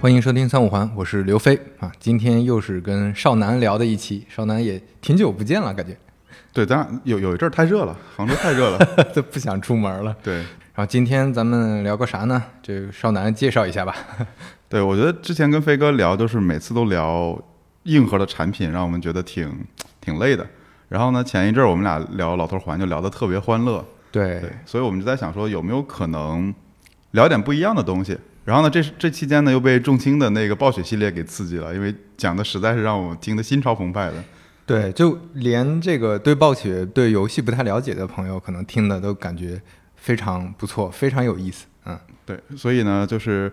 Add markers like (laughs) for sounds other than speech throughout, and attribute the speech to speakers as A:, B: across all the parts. A: 欢迎收听三五环，我是刘飞啊。今天又是跟少南聊的一期，少南也挺久不见了，感觉 (laughs)
B: 对，咱俩有有一阵儿太热了，杭州太热了。
A: 都不想出门了。
B: 对，
A: 然后今天咱们聊个啥呢？这个少南介绍一下吧。
B: 对我觉得之前跟飞哥聊，就是每次都聊硬核的产品，让我们觉得挺挺累的。然后呢，前一阵儿我们俩聊老头环，就聊得特别欢乐。
A: 对
B: 对，所以我们就在想说，有没有可能聊点不一样的东西？然后呢，这这期间呢，又被重青的那个暴雪系列给刺激了，因为讲的实在是让我听得心潮澎湃的。
A: 对，就连这个对暴雪、对游戏不太了解的朋友，可能听的都感觉非常不错，非常有意思。嗯，
B: 对，所以呢，就是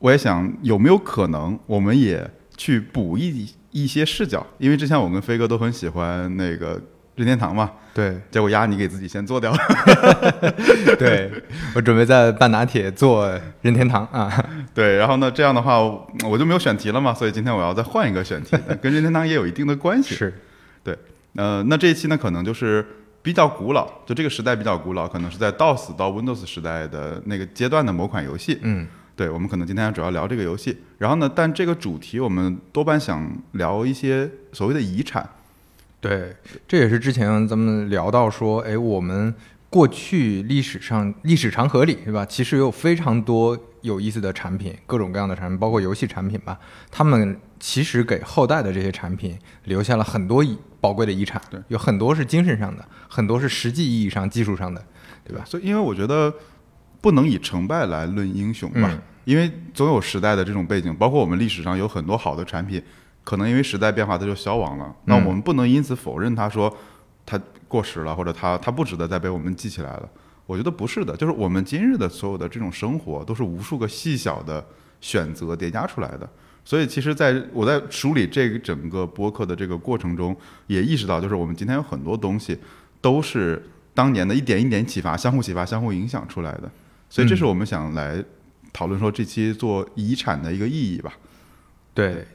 B: 我也想有没有可能，我们也去补一一些视角，因为之前我跟飞哥都很喜欢那个任天堂嘛，
A: 对
B: 结果丫你给自己先做掉了。 (laughs)
A: 对， (laughs) 我准备在半拿铁做任天堂啊。
B: 对，然后呢，这样的话我就没有选题了嘛，所以今天我要再换一个选题，但跟任天堂也有一定的关系。
A: 是，
B: 呃，那这一期呢，可能就是比较古老，就这个时代比较古老，可能是在 DOS 到 Windows 时代的那个阶段的某款游戏。
A: 嗯，
B: 对，我们可能今天主要聊这个游戏。然后呢，但这个主题我们多半想聊一些所谓的遗产。
A: 对，这也是之前咱们聊到说，哎，我们过去历史上历史长河里，是吧？其实有非常多有意思的产品，各种各样的产品，包括游戏产品吧，他们其实给后代的这些产品留下了很多遗宝贵的遗产，
B: 对，
A: 有很多是精神上的，很多是实际意义上、技术上的，对吧？
B: 所以，因为我觉得不能以成败来论英雄吧，
A: 嗯
B: 因为总有时代的这种背景，包括我们历史上有很多好的产品，可能因为时代变化它就消亡了。那我们不能因此否认它说它过时了，或者它它不值得再被我们记起来了。我觉得不是的，就是我们今日的所有的这种生活，都是无数个细小的选择叠加出来的。所以，其实在我在梳理这个整个播客的这个过程中，也意识到，就是我们今天有很多东西都是当年的一点一点启发、相互启发、相互影响出来的。所以，这是我们想来讨论说这期做遗产的一个意义吧。
A: 对，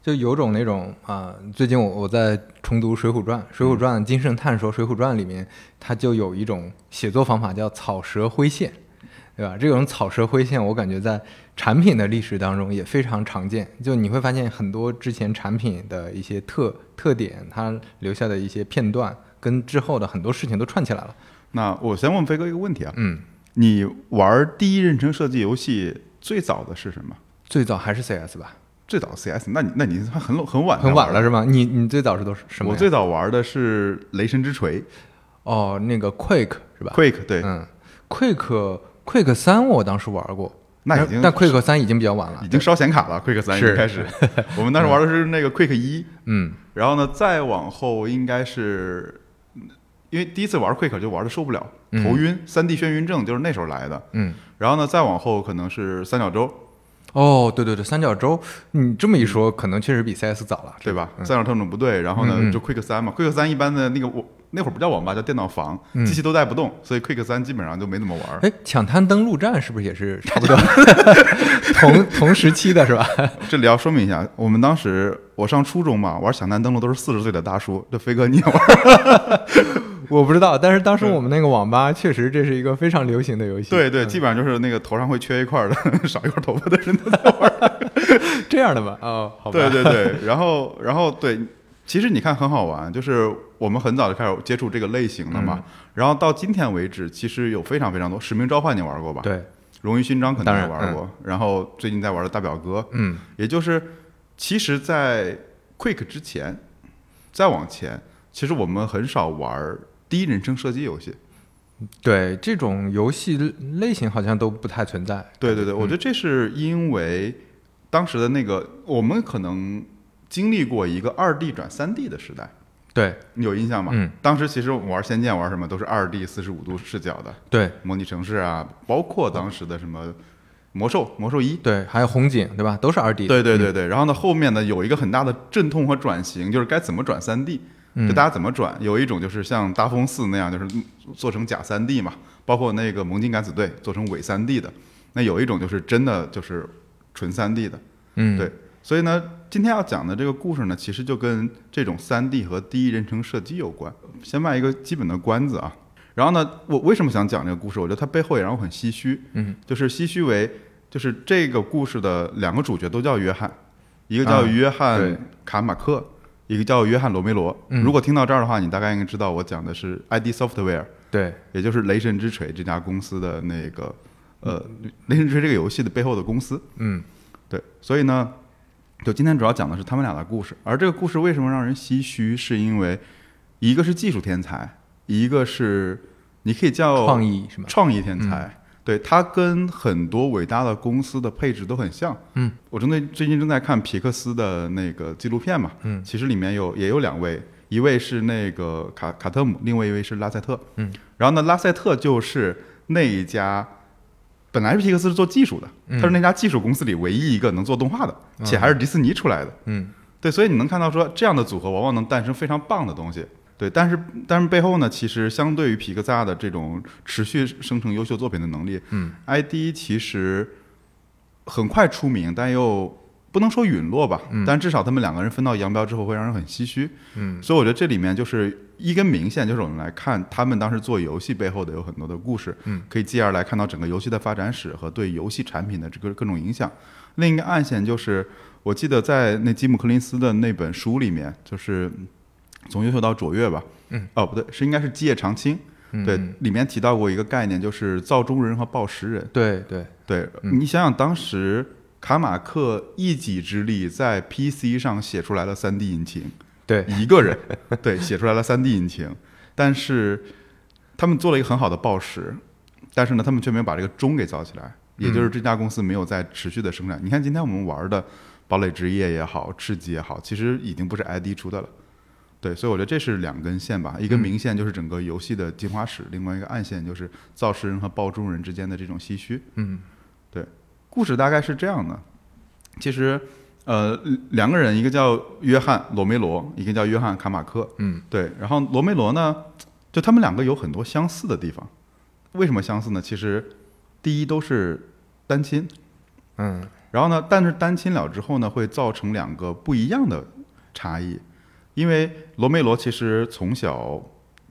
A: 就有种那种啊、最近我我在重读《水浒
B: 嗯
A: 传》，《水浒传》金圣叹说，《水浒传》里面它就有一种写作方法叫草蛇灰线，对吧？这种草蛇灰线，我感觉在产品的历史当中也非常常见。就你会发现很多之前产品的一些特特点，它留下的一些片段，跟之后的很多事情都串起来了。
B: 那我先问飞哥一个问题啊，
A: 嗯，
B: 你玩第一人称射击游戏最早的是什么？
A: 最早还是 CS 吧，
B: 最早 CS，那你那你还很很晚才
A: 很晚
B: 玩
A: 了。是吗？你你最早是都是什么
B: 我
A: 呀？
B: 最早玩的是《雷神之锤
A: 哦，那个 Quake 是吧》
B: Quake，对，
A: 嗯，Quake Quake 三我当时玩过，
B: 那
A: 但
B: 已经
A: 但 Quake 三已经比较晚了
B: 已，经烧显卡了。Quake 三
A: 啊是
B: 一开
A: (laughs)
B: 始，我们当时玩的是那个 Quake 一，
A: 嗯，
B: 然后呢，再往后应该是，因为第一次玩 Quick 就玩的受不了，
A: 嗯
B: 头晕，三 D 眩晕症就是那时候来的。
A: 嗯，
B: 然后呢，再往后可能是三角洲，
A: 哦，对对对，三角洲，你这么一说，可能确实比 CS 早了，
B: 对吧？三角特种部队，然后呢、
A: 嗯嗯
B: 就 Quick 三嘛，Quick 三一般的那个我那会儿不叫网吧，叫电脑房，
A: 嗯
B: 机器都带不动，所以 Quick 三基本上就没怎么玩。
A: 哎，抢滩登陆战是不是也是差不多同同时期的是吧？
B: (laughs)
A: (laughs)
B: 这里要说明一下，我们当时我上初中嘛，玩响弹登陆都是四十岁的大叔，这飞哥你
A: (laughs)
B: 也玩？
A: 我不知道，但是当时我们那个网吧确实这是一个非常流行的游戏，
B: 对对，基本上就是那个头上会缺一块儿
A: (laughs)
B: 的，少一块头发的人
A: 这样的吧？哦，好吧，
B: 对对对，然后然后对，其实你看很好玩，就是我们很早就开始接触这个类型了嘛。
A: 嗯
B: 然后到今天为止，其实有非常非常多。使命召唤你玩过吧？，
A: 对
B: 荣誉勋章肯定
A: 当
B: 也
A: 然
B: 玩过。然后最近在玩的大表哥，
A: 嗯，
B: 也就是其实，在 Quick 之前，再往前，其实我们很少玩第一人称射击游戏。
A: 对，这种游戏类型好像都不太存在，
B: 对对对，我觉得这是因为当时的那个我们可能经历过一个二 D 转三 D 的时代。
A: 对
B: 你有印象吗？
A: 嗯
B: 当时其实我们玩《仙剑》玩什么都是二 D 四十五度视角的
A: 对
B: 模拟城市啊，包括当时的什么魔兽、魔兽一。嗯
A: 对，还有红警对吧？都是二 D，
B: 对对对对，然后呢，后面呢有一个很大的阵痛和转型，就是该怎么转三 D，
A: 嗯
B: 就大家怎么转。有一种就是像大风四那样，就是做成假三 D 嘛，包括那个盟军敢死队做成伪三 D 的。那有一种就是真的就是纯三 D 的，
A: 嗯，
B: 对所以呢，今天要讲的这个故事呢，其实就跟这种三 D 和第一人称射击有关。先卖一个基本的关子啊。然后呢，我为什么想讲这个故事？我觉得它背后也让我很唏嘘。
A: 嗯，
B: 就是唏嘘为就是这个故事的两个主角都叫约翰，一个叫约
A: 啊
B: 翰
A: 对
B: 卡马克，一个叫约翰罗梅罗。
A: 嗯
B: 如果听到这儿的话，你大概应该知道我讲的是 ID Software，
A: 对，
B: 也就是《雷神之锤》这家公司的那个呃，《雷神之锤》这个游戏的背后的公司。
A: 嗯
B: 对，所以呢，就今天主要讲的是他们俩的故事。而这个故事为什么让人唏嘘，是因为一个是技术天才，一个是你可以叫
A: 创意是吗？嗯
B: 创意天才。对他跟很多伟大的公司的配置都很像。
A: 嗯，
B: 我正在最近正在看皮克斯的那个纪录片嘛。
A: 嗯，
B: 其实里面有也有两位，一位是那个卡卡特姆，另外一位是拉塞特。
A: 嗯，
B: 然后呢，拉塞特就是那一家，本来是皮克斯是做技术的，
A: 嗯
B: 他是那家技术公司里唯一一个能做动画的，
A: 嗯
B: 且还是迪士尼出来的。
A: 嗯
B: 对，所以你能看到说这样的组合往往能诞生非常棒的东西。对，但是但是背后呢，其实相对于皮克萨的这种持续生成优秀作品的能力
A: 嗯
B: ，ID 其实很快出名，但又不能说陨落吧，
A: 嗯
B: 但至少他们两个人分道扬镳之后，会让人很唏嘘。
A: 嗯
B: 所以我觉得这里面就是一根明线，就是我们来看他们当时做游戏背后的有很多的故事，
A: 嗯，
B: 可以继而来看到整个游戏的发展史和对游戏产品的这个各种影响。另一个暗线就是，我记得在那吉姆·克林斯的那本书里面，就是从优秀到卓越吧，
A: 嗯，
B: 哦不对，是应该是基业长青，
A: 嗯，
B: 对
A: 嗯，
B: 里面提到过一个概念，就是造中人和报时人。
A: 对对，
B: 对、
A: 嗯
B: 你想想，当时卡马克一己之力在 PC 上写出来了 3D 引擎。
A: 对，
B: (laughs) 一个人对写出来了 3D 引擎，但是他们做了一个很好的报时，但是呢，他们却没有把这个钟给造起来，也就是这家公司没有在持续的生产。你看今天我们玩的《堡垒之夜》也好，《吃鸡》也好，其实已经不是 ID 出的了。对，所以我觉得这是两根线吧，一个
A: 嗯
B: 明线就是整个游戏的进化史，另外一个暗线就是造时人和报钟人之间的这种唏嘘。
A: 嗯
B: 故事大概是这样的，其实，呃，两个人，一个叫约翰罗梅罗，一个叫约翰卡马克，
A: 嗯
B: 对。然后罗梅罗呢，就他们两个有很多相似的地方。为什么相似呢？其实，第一都是单亲，
A: 嗯
B: 然后呢，但是单亲了之后呢，会造成两个不一样的差异，因为罗梅罗其实从小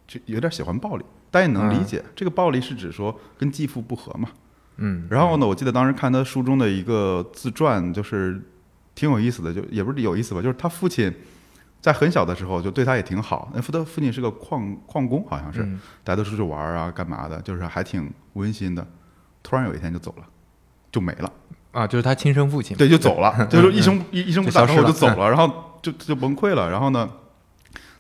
B: 就有点喜欢暴力，但也能理解，这个暴力是指说跟继父不和嘛。
A: 嗯，
B: 然后呢，我记得当时看他书中的一个自传，就是挺有意思的，就也不是有意思吧，就是他父亲在很小的时候就对他也挺好。那父他父亲是个矿矿工，好像是，
A: 嗯
B: 大家都出去玩啊，干嘛的，就是还挺温馨的。突然有一天就走了，就没了，
A: 啊，就是他亲生父亲嘛，
B: 对，就
A: (laughs)
B: 走了，就是一声一一声不打
A: 嗯就消失
B: 招
A: 了嗯
B: 呼就走了，然后就就崩溃了。然后呢，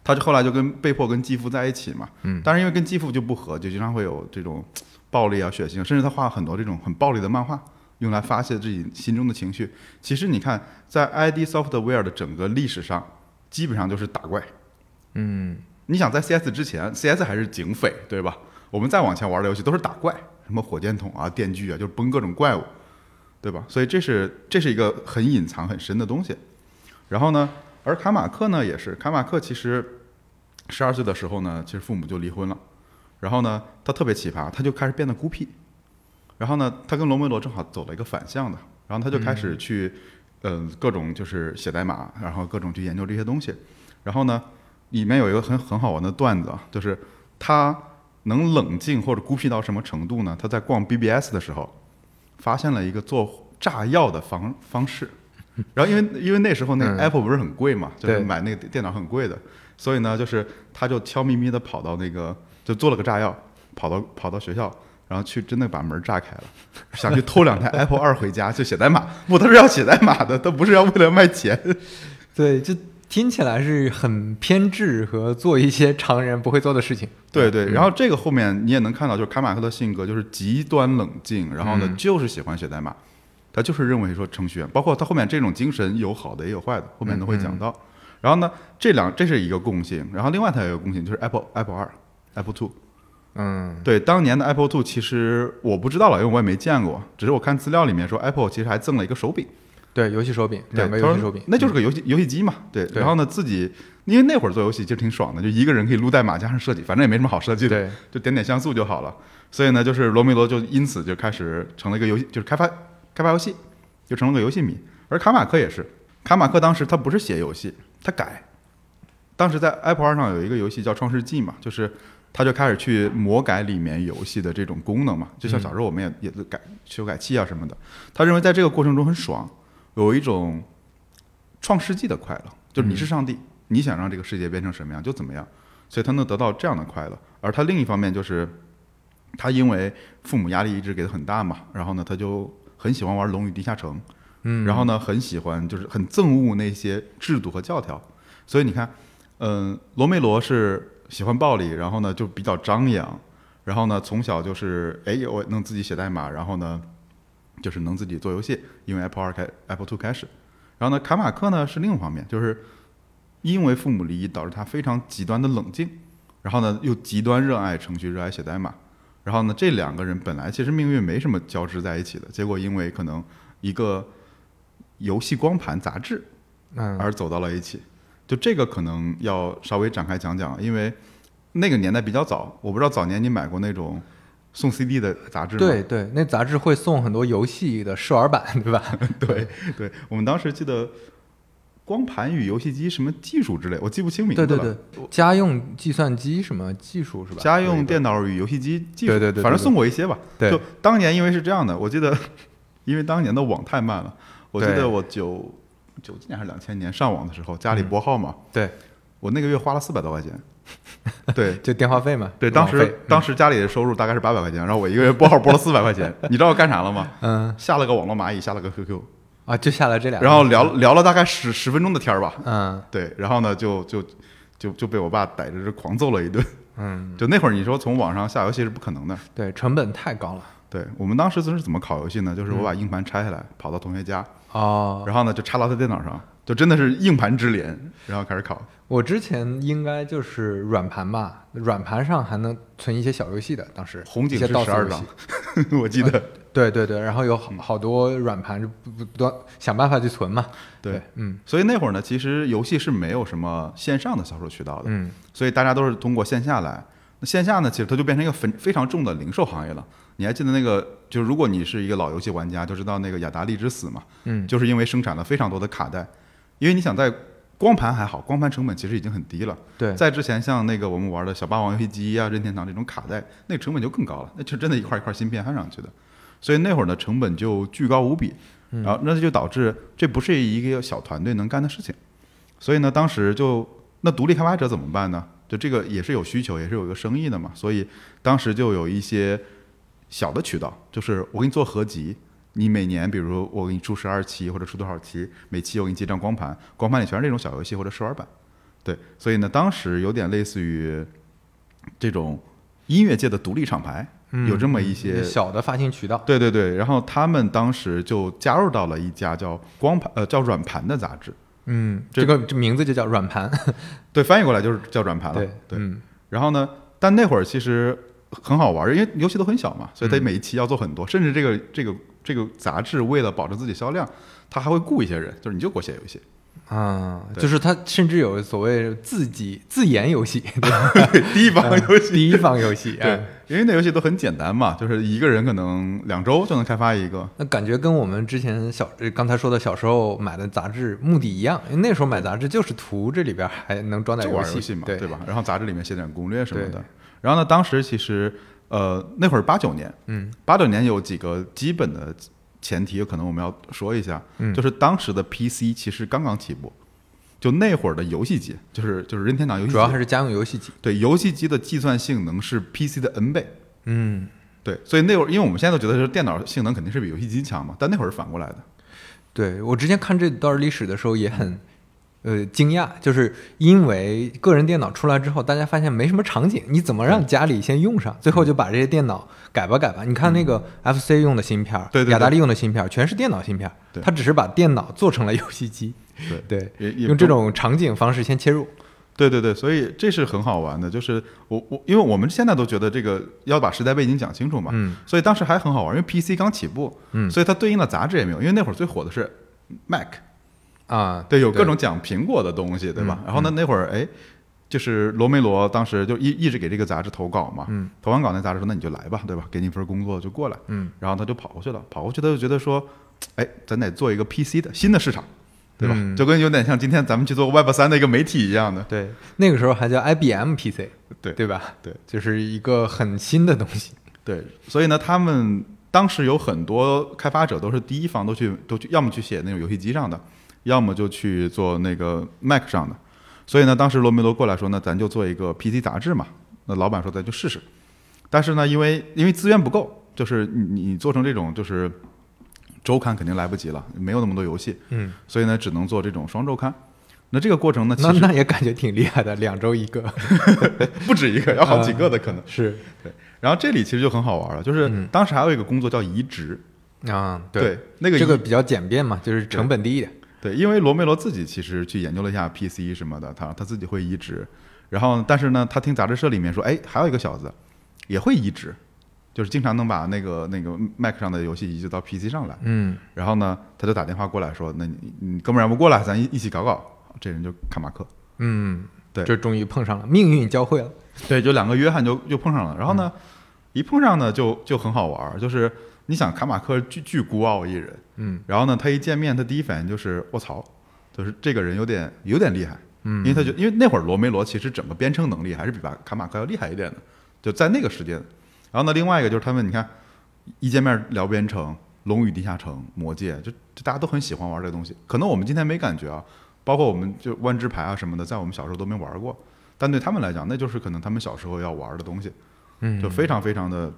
B: 他就后来就跟被迫跟继父在一起嘛，
A: 嗯
B: 但是因为跟继父就不合，就经常会有这种暴力啊、血腥，甚至他画很多这种很暴力的漫画，用来发泄自己心中的情绪。其实你看，在 ID Software 的整个历史上，基本上就是打怪。
A: 嗯
B: 你想在 CS 之前，CS 还是警匪，对吧？我们再往前玩的游戏都是打怪，什么火箭筒啊、电锯啊，就是崩各种怪物，对吧？所以这是这是一个很隐藏很深的东西。然后呢，而卡马克呢也是，卡马克其实十二岁的时候呢，其实父母就离婚了。然后呢，他特别奇葩，他就开始变得孤僻。然后呢，他跟罗梅罗正好走了一个反向的，然后他就开始去，嗯、呃，各种就是写代码，然后各种去研究这些东西。然后呢，里面有一个很很好玩的段子，啊，就是他能冷静或者孤僻到什么程度呢？他在逛 BBS 的时候，发现了一个做炸药的方方式。然后因为因为那时候那
A: 嗯
B: 个 Apple 不是很贵嘛，就是
A: 对
B: 买那个电脑很贵的，所以呢，就是他就悄咪咪的跑到那个就做了个炸药，跑到跑到学校。然后去真的把门炸开了，想去偷两台 Apple 二回家，就写代码。不，他是要写代码的，他不是要为了卖钱。
A: 对，这听起来是很偏执和做一些常人不会做的事情，
B: (laughs) 对对，
A: 嗯
B: 然后这个后面你也能看到，就是卡马克的性格就是极端冷静，然后呢
A: 嗯
B: 就是喜欢写代码，他就是认为说程序员，包括他后面这种精神有好的也有坏的，后面都会讲到。然后呢，这两这是一个共性，然后另外它有一个共性就是 Apple Apple 二 Apple Two，
A: 嗯
B: 对，当年的 Apple Two 其实我不知道了，因为我也没见过，只是我看资料里面说 Apple 其实还赠了一个手柄。
A: 对，游戏手柄，
B: 对，
A: 两个
B: 他
A: 游戏
B: 说
A: 手柄，嗯
B: 那就是个游戏游戏机嘛。对，
A: 对
B: 然后呢，自己因为那会儿做游戏其实挺爽的，就一个人可以撸代码加上设计，反正也没什么好设计的，
A: 对，
B: 就点点像素就好了。所以呢，就是罗梅罗就因此就开始成了一个游戏，就是开发开发游戏，就成了个游戏迷。而卡马克也是，卡马克当时他不是写游戏，他改。当时在 Apple 二上有一个游戏叫《创世纪》嘛，就是他就开始去魔改里面游戏的这种功能嘛，就像小时候我们也、也改修改器啊什么的。他认为在这个过程中很爽，有一种创世纪的快乐，就是你是上帝，你想让这个世界变成什么样就怎么样，所以他能得到这样的快乐。而他另一方面就是，他因为父母压力一直给的很大嘛，然后呢，他就很喜欢玩《龙与地下城》。
A: 嗯，
B: 然后呢，很喜欢，就是很憎恶那些制度和教条。所以你看，嗯、罗梅罗是喜欢暴力，然后呢就比较张扬，然后呢从小就是哎我能自己写代码，然后呢就是能自己做游戏，因为 Apple 二开 Apple Two 开始。然后呢，卡马克呢是另一方面，就是因为父母离异导致他非常极端的冷静，然后呢又极端热爱程序、热爱写代码。然后呢，这两个人本来其实命运没什么交织在一起的，结果因为可能一个游戏光盘杂志
A: 嗯
B: 而走到了一起。就这个可能要稍微展开讲讲，因为那个年代比较早，我不知道早年你买过那种送 CD 的杂志吗？
A: 对对，那杂志会送很多游戏的试玩版， (laughs) 对吧？
B: 对 (laughs) 对，我们当时记得光盘与游戏机什么技术之类，我记不清名字
A: 对
B: 了。
A: 对对，家用计算机什么技术是吧？
B: 家用电脑与游戏机技术，
A: 对对对对
B: 反正送过一些吧。
A: 对
B: 就当年因为是这样的，我记得，因为当年的网太慢了，我记
A: 对
B: 得我九九几年还是两千年上网的时候，家里拨号嘛，
A: 嗯对，
B: 我那个月花了四百多块钱。 (laughs) 对，
A: 就电话费嘛。
B: 对，当
A: 网
B: 时
A: 费
B: 当时家里的收入大概是八百块钱，然后我一个月拨号拨了四百
A: (laughs)
B: 块钱，你知道我干啥了吗？
A: 嗯
B: 下了个网络蚂蚁，下了
A: (laughs)
B: 个 QQ，
A: 啊，就下来这俩，
B: 然后聊聊了大概十十分钟的天儿吧。
A: 嗯
B: 对，然后呢，就就就就被我爸逮着就狂揍了一顿。
A: 嗯，
B: 就那会儿你说从网上下游戏是不可能的。
A: 对，成本太高了。
B: 对我们当时是怎么拷游戏呢？就是我
A: 嗯
B: 把硬盘拆下来，跑到同学家，
A: 哦，
B: 然后呢就插到他电脑上，就真的是硬盘之连，然后开始拷。
A: 我之前应该就是软盘吧，软盘上还能存一些小游戏的，当时
B: 红警
A: 一些
B: 是
A: 盗版
B: 12
A: 游戏
B: 张。 (laughs) 我记得，
A: 对对对，然后有好好多软盘就不不不断想办法去存嘛。
B: 对，
A: 嗯
B: 所以那会儿呢，其实游戏是没有什么线上的销售渠道的。
A: 嗯，
B: 所以大家都是通过线下来。那线下呢，其实它就变成一个非非常重的零售行业了。你还记得那个，就是如果你是一个老游戏玩家，就知道那个雅达利之死嘛，
A: 嗯，
B: 就是因为生产了非常多的卡带，因为你想在光盘还好，光盘成本其实已经很低了。
A: 对，
B: 在之前像那个我们玩的小霸王游戏机啊、任天堂这种卡带，那个成本就更高了，那就真的一块一块芯片焊上去的，所以那会儿的成本就巨高无比，然后那就导致这不是一个小团队能干的事情，所以呢，当时就那独立开发者怎么办呢？就这个也是有需求，也是有一个生意的嘛，所以当时就有一些小的渠道，就是我给你做合集。你每年，比如说我给你出十二期或者出多少期，每期我给你寄张光盘，光盘里全是这种小游戏或者试玩版。对，所以呢，当时有点类似于这种音乐界的独立厂牌，
A: 嗯
B: 有这么一些
A: 小的发行渠道。
B: 对对对，然后他们当时就加入到了一家叫光盘呃叫软盘的杂志，
A: 嗯，
B: 这
A: 这个这名字就叫软盘。
B: 对，翻译过来就是叫软盘了。
A: 对嗯
B: 然后呢，但那会儿其实很好玩，因为游戏都很小嘛，所以它每一期要做很多，甚至这个这个这个杂志为了保证自己销量，它还会雇一些人，就是你就给我写游戏，
A: 啊，
B: 对
A: 就是它甚至有所谓自己自研游
B: (laughs)
A: 戏，对吧
B: 第一方游戏。
A: (laughs) 第一方游戏。
B: 对
A: 哎，
B: 因为那游戏都很简单嘛，就是一个人可能两周就能开发一个，
A: 那感觉跟我们之前小呃刚才说的小时候买的杂志目的一样，因为那时候买杂志就是图这里边还能装
B: 就
A: 点
B: 玩
A: 戏
B: 游戏嘛，
A: 对
B: 吧？然后杂志里面写点攻略什么
A: 对
B: 的。然后呢，当时其实呃那会儿八九年，
A: 嗯，
B: 八九年有几个基本的前提，可能我们要说一下，
A: 嗯
B: 就是当时的 PC 其实刚刚起步，就那会儿的游戏机，就是就是任天堂游戏
A: 主要还
B: 机，
A: 是家用游戏机。
B: 对游戏机的计算性能是 PC 的 N 倍。
A: 嗯，
B: 对，所以那会儿，因为我们现在都觉得是电脑性能肯定是比游戏机强嘛，但那会儿是反过来的。
A: 对我之前看这段历史的时候也很，呃，惊讶，就是因为个人电脑出来之后，大家发现没什么场景，你怎么让家里先用上？最后就把这些电脑改吧改吧。你看那个 FC 用的芯片儿，
B: 对对对
A: 雅达利用的芯片儿，全是电脑芯片儿
B: 对，
A: 它只是把电脑做成了游戏机，
B: 对
A: 对，
B: 也也
A: 用
B: 不
A: 这种场景方式先切入。
B: 对对对，所以这是很好玩的，就是我我，因为我们现在都觉得这个要把时代背景讲清楚嘛，
A: 嗯，
B: 所以当时还很好玩，因为 PC 刚起步，
A: 嗯
B: 所以它对应的杂志也没有，因为那会儿最火的是 Mac，
A: 啊，
B: 对，有各种讲苹果的东西，对
A: 嗯
B: 吧？然后呢，那会儿哎，就是罗梅罗当时就一一直给这个杂志投稿嘛，
A: 嗯，
B: 投完稿那杂志说那你就来吧，对吧？给你一份工作就过来，
A: 嗯，
B: 然后他就跑过去了，跑过去他就觉得说，哎，咱得做一个 PC 的新的市场，对吧？
A: 嗯
B: 就跟有点像今天咱们去做 Web 三的一个媒体一样的。
A: 对，那个时候还叫 IBM PC，
B: 对
A: 对吧？
B: 对，
A: 就是一个很新的东西。
B: 对，所以呢，他们当时有很多开发者都是第一方都去都去，要么去写那种游戏机上的，要么就去做那个 Mac 上的。所以呢，当时罗梅罗过来说呢，咱就做一个 PC 杂志嘛。那老板说咱就试试，但是呢，因为因为资源不够，就是你你你做成这种就是周刊肯定来不及了，没有那么多游戏，
A: 嗯，
B: 所以呢，只能做这种双周刊。那这个过程呢，其
A: 那
B: 实
A: 那也感觉挺厉害的，两周一
B: (laughs)
A: 个，
B: 不止一个，有好几个的可 (laughs) 能。
A: 是
B: 嗯然后这里其实就很好玩了，就是
A: 嗯
B: 当时还有一个工作叫移植，
A: 啊，，
B: 那个移
A: 这个比较简便嘛，就是成本低一点。
B: 对，因为罗梅罗自己其实去研究了一下 PC 什么的，他他自己会移植，然后但是呢，他听杂志社里面说，哎，还有一个小子也会移植，就是经常能把那个那个 Mac 上的游戏移植到 PC 上来。
A: 嗯，
B: 然后呢，他就打电话过来说，那你你哥们儿要不过来，咱一一起搞搞。这人就卡马克，
A: 嗯，
B: 对
A: 这终于碰上了，命运交汇了。
B: 对，就两个约翰就就碰上了。然后
A: 嗯
B: 呢，一碰上呢就就很好玩儿，就是你想卡马克巨巨孤傲一人，
A: 嗯
B: 然后呢，他一见面，他第一反应就是卧槽，就是这个人有点有点厉害，
A: 嗯
B: 因为他就因为那会儿罗梅罗其实整个编程能力还是比巴卡马克要厉害一点的，就在那个时间。然后呢，另外一个就是他们你看一见面聊编程，《龙与地下城》《魔戒》，就就大家都很喜欢玩这个东西。可能我们今天没感觉啊，包括我们就万智牌啊什么的，在我们小时候都没玩过，但对他们来讲，那就是可能他们小时候要玩的东西。
A: 嗯，
B: 就非常非常的、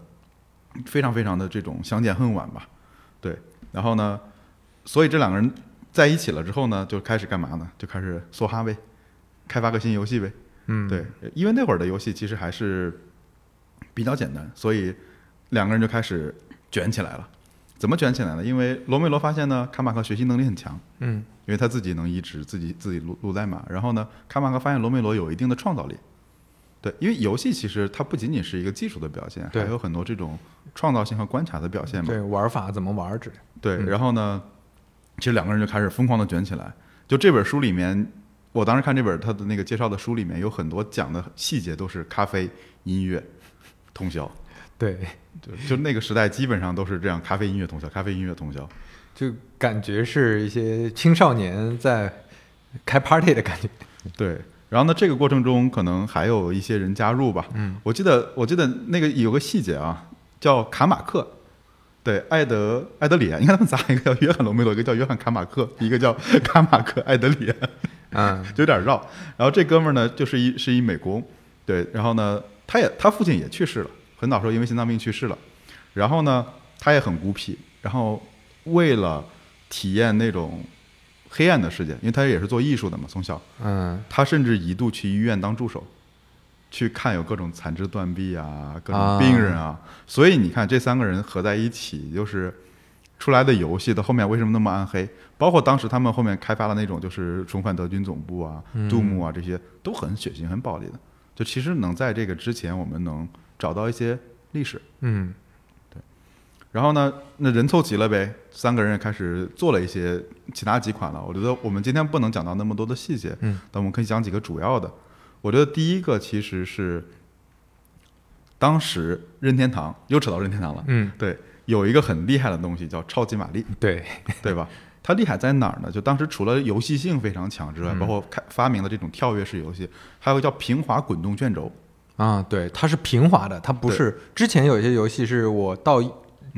B: 非常非常的这种相见恨晚吧。对，然后呢，所以这两个人在一起了之后呢，就开始干嘛呢？就开始梭哈呗，开发个新游戏呗。
A: 嗯，
B: 对，因为那会儿的游戏其实还是比较简单，所以两个人就开始卷起来了。怎么卷起来呢？因为罗梅罗发现呢，卡马克学习能力很强，
A: 嗯
B: 因为他自己能移植自己自己录录代码。然后呢，卡马克发现罗梅罗有一定的创造力，对，因为游戏其实它不仅仅是一个技术的表现，
A: 对
B: 还有很多这种创造性和观察的表现嘛。
A: 对玩法怎么玩儿之类的。
B: 对，
A: 嗯
B: 然后呢，其实两个人就开始疯狂的卷起来。就这本书里面，我当时看这本他的那个介绍的书里面，有很多讲的细节都是咖啡、音乐、通宵，
A: 对，
B: 就就那个时代基本上都是这样，咖啡、音乐、通宵，咖啡、音乐、通宵。
A: 就感觉是一些青少年在开 party 的感觉。
B: 对，然后呢，这个过程中可能还有一些人加入吧。
A: 嗯，
B: 我记得我记得那个有个细节啊，叫卡马克。对，艾德艾德里安，你看他们仨，一个叫约翰罗梅罗，一个叫约翰卡马克，一个叫卡马克艾德里安。
A: 嗯
B: 就有点绕。然后这哥们儿呢，就是一是一美工，对，然后呢，他也他父亲也去世了，很早时候因为心脏病去世了。然后呢，他也很孤僻，然后为了体验那种黑暗的世界，因为他也是做艺术的嘛，从小，
A: 嗯
B: 他甚至一度去医院当助手，去看有各种残肢断臂啊，各种
A: 啊
B: 病人啊。所以你看，这三个人合在一起，就是出来的游戏的后面为什么那么暗黑？包括当时他们后面开发的那种，就是重返德军总部啊、
A: 嗯
B: 杜牧啊这些，都很血腥、很暴力的。就其实能在这个之前，我们能找到一些历史。
A: 嗯
B: 然后呢，那人凑齐了呗，三个人也开始做了一些其他几款了。我觉得我们今天不能讲到那么多的细节，
A: 嗯，
B: 但我们可以讲几个主要的。我觉得第一个其实是当时任天堂又扯到任天堂了，
A: 嗯，
B: 对，有一个很厉害的东西叫超级玛
A: (laughs)
B: 丽，
A: 对，
B: 对吧？它厉害在哪儿呢？就当时除了游戏性非常强之外，
A: 嗯
B: 包括开发明的这种跳跃式游戏，还有一个叫平滑滚动卷轴，
A: 啊，对，它是平滑的，它不
B: 对嗯
A: 是之前有一些游戏是我到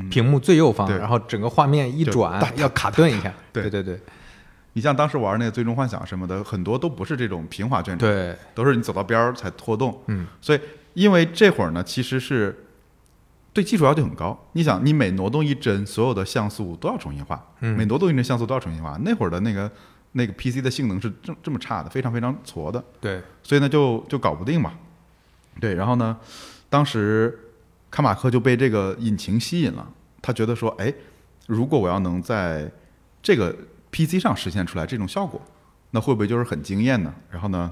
A: 屏幕最右方，
B: 对
A: 然后整个画面一
B: 就哒
A: 转要卡顿一下。
B: 对
A: 对对对
B: 你像当时玩那个《最终幻想》什么的，很多都不是这种平滑卷轴。
A: 对，
B: 都是你走到边儿才拖动。
A: 嗯，
B: 所以因为这会儿呢，其实是对技术要求很高。你想，你每挪动一帧，所有的像素都要重新画，
A: 嗯
B: 每挪动一帧像素都要重新画。那会儿的那个那个 PC 的性能是这这么差的，非常非常矬的，
A: 对，
B: 所以呢就就搞不定嘛。对，然后呢，当时卡马克就被这个引擎吸引了，他觉得说，哎，如果我要能在这个 PC 上实现出来这种效果，那会不会就是很惊艳呢？然后呢，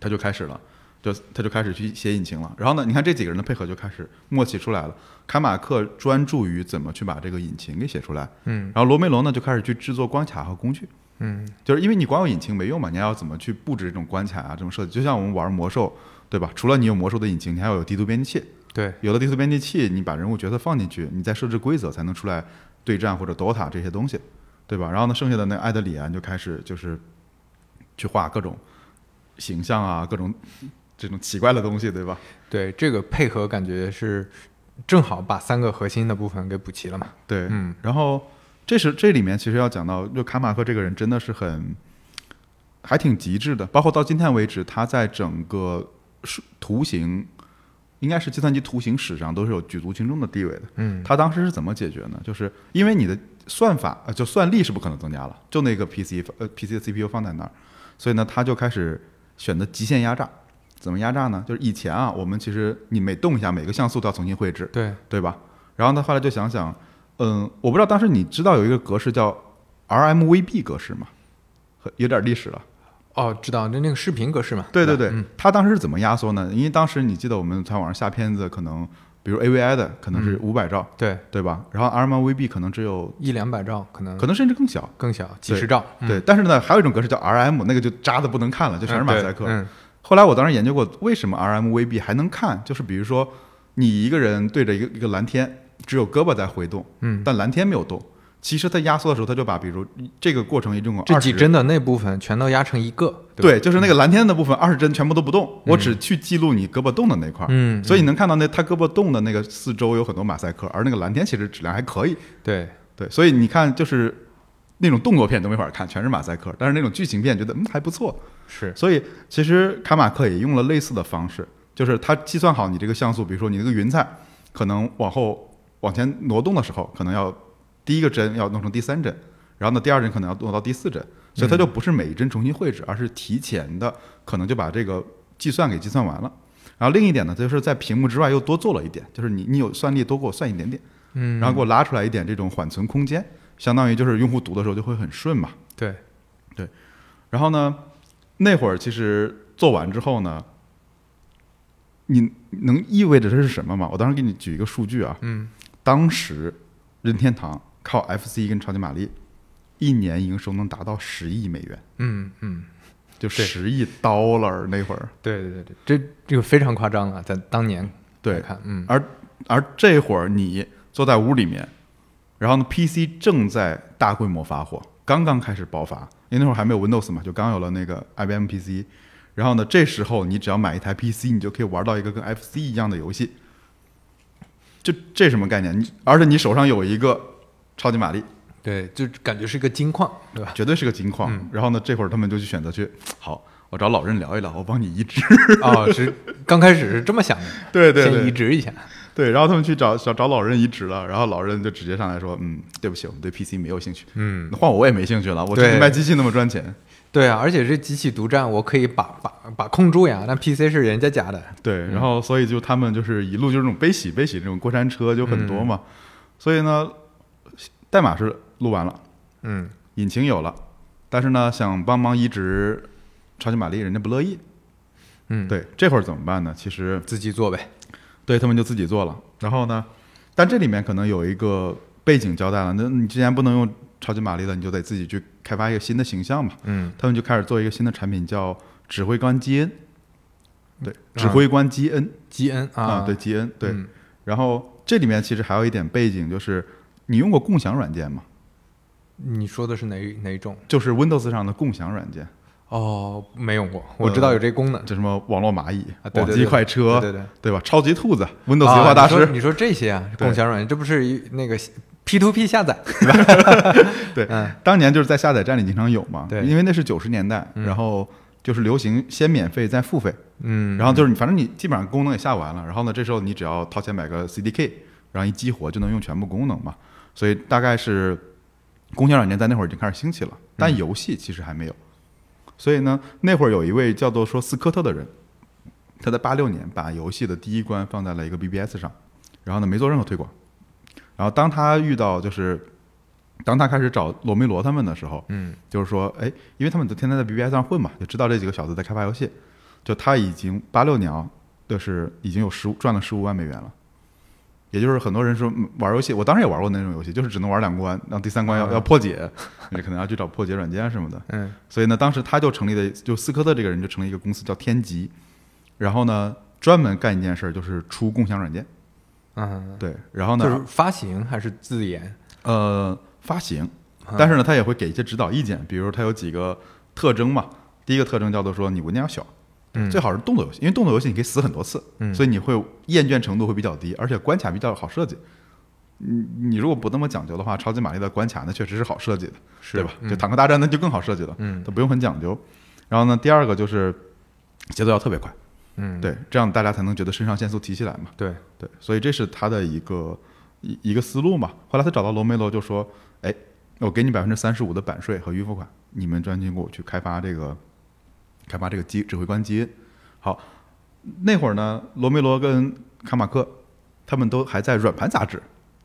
B: 他就开始了，就他就开始去写引擎了。然后呢，你看这几个人的配合就开始默契出来了。卡马克专注于怎么去把这个引擎给写出来，
A: 嗯
B: 然后罗梅罗呢就开始去制作关卡和工具。
A: 嗯
B: 就是因为你光有引擎没用嘛，你还要怎么去布置这种关卡啊，这种设计？就像我们玩魔兽，对吧？除了你有魔兽的引擎，你还要有地图编辑器。
A: 对，
B: 有了地图编辑器，你把人物角色放进去，你再设置规则，才能出来对战或者 DOTA 这些东西。对吧？然后呢，剩下的那个艾德里安就开始就是去画各种形象啊，各种这种奇怪的东西，对吧？
A: 对，这个配合感觉是正好把三个核心的部分给补齐了嘛。
B: 对，
A: 嗯，
B: 然后这是这里面其实要讲到，就卡马克这个人真的是很还挺极致的，包括到今天为止，他在整个数图形应该是计算机图形史上都是有举足轻重的地位的。
A: 嗯，
B: 他当时是怎么解决呢？就是因为你的算法呃，就算力是不可能增加了，就那个 PC 呃 PC 的 CPU 放在那儿，所以呢，他就开始选择极限压榨。怎么压榨呢？就是以前啊，我们其实你每动一下，每个像素都要重新绘制，
A: 对，
B: 对吧？然后他后来就想想，嗯，我不知道当时你知道有一个格式叫 RMVB 格式吗？和有点历史了。
A: 哦，知道，那那个视频格式嘛。
B: 对对
A: 吧
B: 对，
A: 嗯
B: 他当时是怎么压缩呢？因为当时你记得我们在网上下片子，可能比如 AVI 的可能是五百兆，
A: 对，
B: 对吧？然后 RMVB 可能只有，
A: 一两百兆可能
B: 可能甚至更小。
A: 更小，几十兆。嗯
B: 对，但是呢，还有一种格式叫 RM，那个就渣的不能看了，就全是马赛克。
A: 嗯
B: 后来我当时研究过，为什么 RMVB 还能看？就是比如说，你一个人对着一个一个蓝天，只有胳膊在挥动，
A: 嗯，
B: 但蓝天没有动。其实它压缩的时候，它就把比如这个过程一共有
A: 这
B: 二
A: 几
B: 十，
A: 帧的那部分全都压成一个。吧，
B: 对，就是那个蓝天的部分二十帧全部都不动，我只去记录你胳膊动的那块儿。
A: 嗯，
B: 所
A: 以
B: 以你能看到那它胳膊动的那个四周有很多马赛克，而那个蓝天其实质量还可以。
A: 对
B: 对，所以你看，就是那种动作片都没法看，全是马赛克。但是那种剧情片觉得嗯还不错，
A: 是，
B: 所以其实卡马克也用了类似的方式，就是他计算好你这个像素，比如说你这个云彩可能往后往前挪动的时候，可能要第一个帧要弄成第三帧，然后呢第二帧可能要挪到第四帧，所以它就不是每一帧重新绘制，而是提前的可能就把这个计算给计算完了。然后另一点呢，就是在屏幕之外又多做了一点，就是你你有算力多给我算一点点，
A: 嗯，
B: 然后给我拉出来一点这种缓存空间，相当于就是用户读的时候就会很顺嘛。
A: 对，
B: 然后呢，那会儿其实做完之后呢，你能意味着这是什么吗？我当时给你举一个数据啊，
A: 嗯，
B: 当时任天堂靠 FC 跟超级玛丽一年营收能达到十亿美元，
A: 嗯嗯，
B: 就
A: 对
B: 十亿 dollar 那会儿。
A: 对对对对，这这个非常夸张啊了，在当年来
B: 对，
A: 看，嗯，
B: 而这会儿你坐在屋里面，然后呢，PC 正在大规模发货，刚刚开始爆发，因为那会儿还没有 Windows 嘛，就刚有了那个 IBM PC。然后呢，这时候你只要买一台 PC，你就可以玩到一个跟 FC 一样的游戏。这这什么概念？你而且你手上有一个超级玛丽，
A: 对，就感觉是一个金矿，对吧？ (laughs)
B: 绝对是个金矿。然后呢，这会儿他们就去选择去，好，我找老任聊一聊，我帮你移植。
A: 哦，是刚开始是这么想的，
B: (laughs) 对对
A: 先
B: 对
A: 移，植一下，
B: 对，然后他们去找找找老任移植了，然后老任就直接上来说，嗯，对不起，我们对 PC 没有兴趣，
A: 嗯，
B: (laughs) 换我我也没兴趣了，我
A: 对
B: 只是卖机器那么赚钱。
A: 对啊，而且这机器独占，我可以把把把控住呀，那 PC 是人家家的，
B: 对，然后所以就他们就是一路就是那种悲喜悲喜这种过山车就很多嘛，所以呢，代码是录完了，
A: 嗯，
B: 引擎有了，但是呢，想帮忙移植超级玛丽，人家不乐意。
A: 嗯
B: 对，这会儿怎么办呢？其实
A: 自己做呗，
B: 对他们就自己做了。然后呢，但这里面可能有一个背景交代了，那你既然不能用超级玛丽了，你就得自己去开发一个新的形象嘛。
A: 嗯，
B: 他们就开始做一个新的产品，叫指挥官基恩。对，指
A: 啊
B: 挥官基恩
A: 基恩
B: 啊，
A: 啊，
B: 对基恩对。
A: 嗯
B: 然后这里面其实还有一点背景，就是你用过共享软件吗？
A: 你说的是哪哪一种？
B: 就是 Windows 上的共享软件，
A: 哦，没用过，我知道有这功能，
B: 就什么网络蚂蚁、
A: 嗯啊对对
B: 网机
A: 对
B: 快车，
A: 对对对
B: 对吧？超级兔子、Windows
A: 啊
B: 优化大
A: 你说
B: 师，
A: 你说这些啊，
B: 对
A: 共享软件，这不是一那个 P to P 下载？
B: 对，
A: 嗯
B: 当年就是在下载站里经常有嘛，
A: 对
B: 因为那是九十年代，
A: 嗯
B: 然后就是流行先免费再付费，
A: 嗯，
B: 然后就是你反正你基本上功能也下完了，然后呢，这时候你只要掏钱买个 CDK，然后一激活就能用全部功能嘛，所以大概是共享软件在那会儿已经开始兴起了，但
A: 嗯
B: 游戏其实还没有，所以呢，那会儿有一位叫做说斯科特的人，他在八六年把游戏的第一关放在了一个 BBS 上，然后呢没做任何推广，然后当他遇到就是。当他开始找罗梅罗他们的时候，
A: 嗯，
B: 就是说，哎，因为他们都天天在 BBS 上混嘛，就知道这几个小子在开发游戏，就他已经八六年啊，就是已经有十赚了十五万美元了。也就是很多人说嗯玩游戏，我当时也玩过那种游戏，就是只能玩两关，然后第三关要、
A: 嗯
B: 要破解，你可能要去找破解软件什么的。
A: 嗯
B: 所以呢，当时他就成立了，就斯科特这个人就成立一个公司叫天极，然后呢专门干一件事儿，就是出共享软件。
A: 嗯，
B: 啊对，然后呢，
A: 就是发行还是自研
B: 呃，发行，
A: 嗯
B: 但是呢，他也会给一些指导意见，比如他有几个特征嘛。第一个特征叫做说你文件要小，
A: 嗯
B: 最好是动作游戏，因为动作游戏你可以死很多次，
A: 嗯
B: 所以你会厌倦程度会比较低，而且关卡比较好设计。你你如果不那么讲究的话，超级玛丽的关卡那确实是好设计的，对吧？就坦克大战那就更好设计了，
A: 嗯
B: 它不用很讲究。然后呢，第二个就是节奏要特别快，
A: 嗯，
B: 对，这样大家才能觉得肾上腺素提起来嘛。
A: 对，
B: 对，所以这是他的一个一一个思路嘛。后来他找到罗梅罗就说：“哎，我给你百分之三十五的版税和预付款，你们专心给我去开发这个开发这个基指挥官基因。”好，那会儿呢，罗梅罗跟卡马克他们都还在软盘杂志，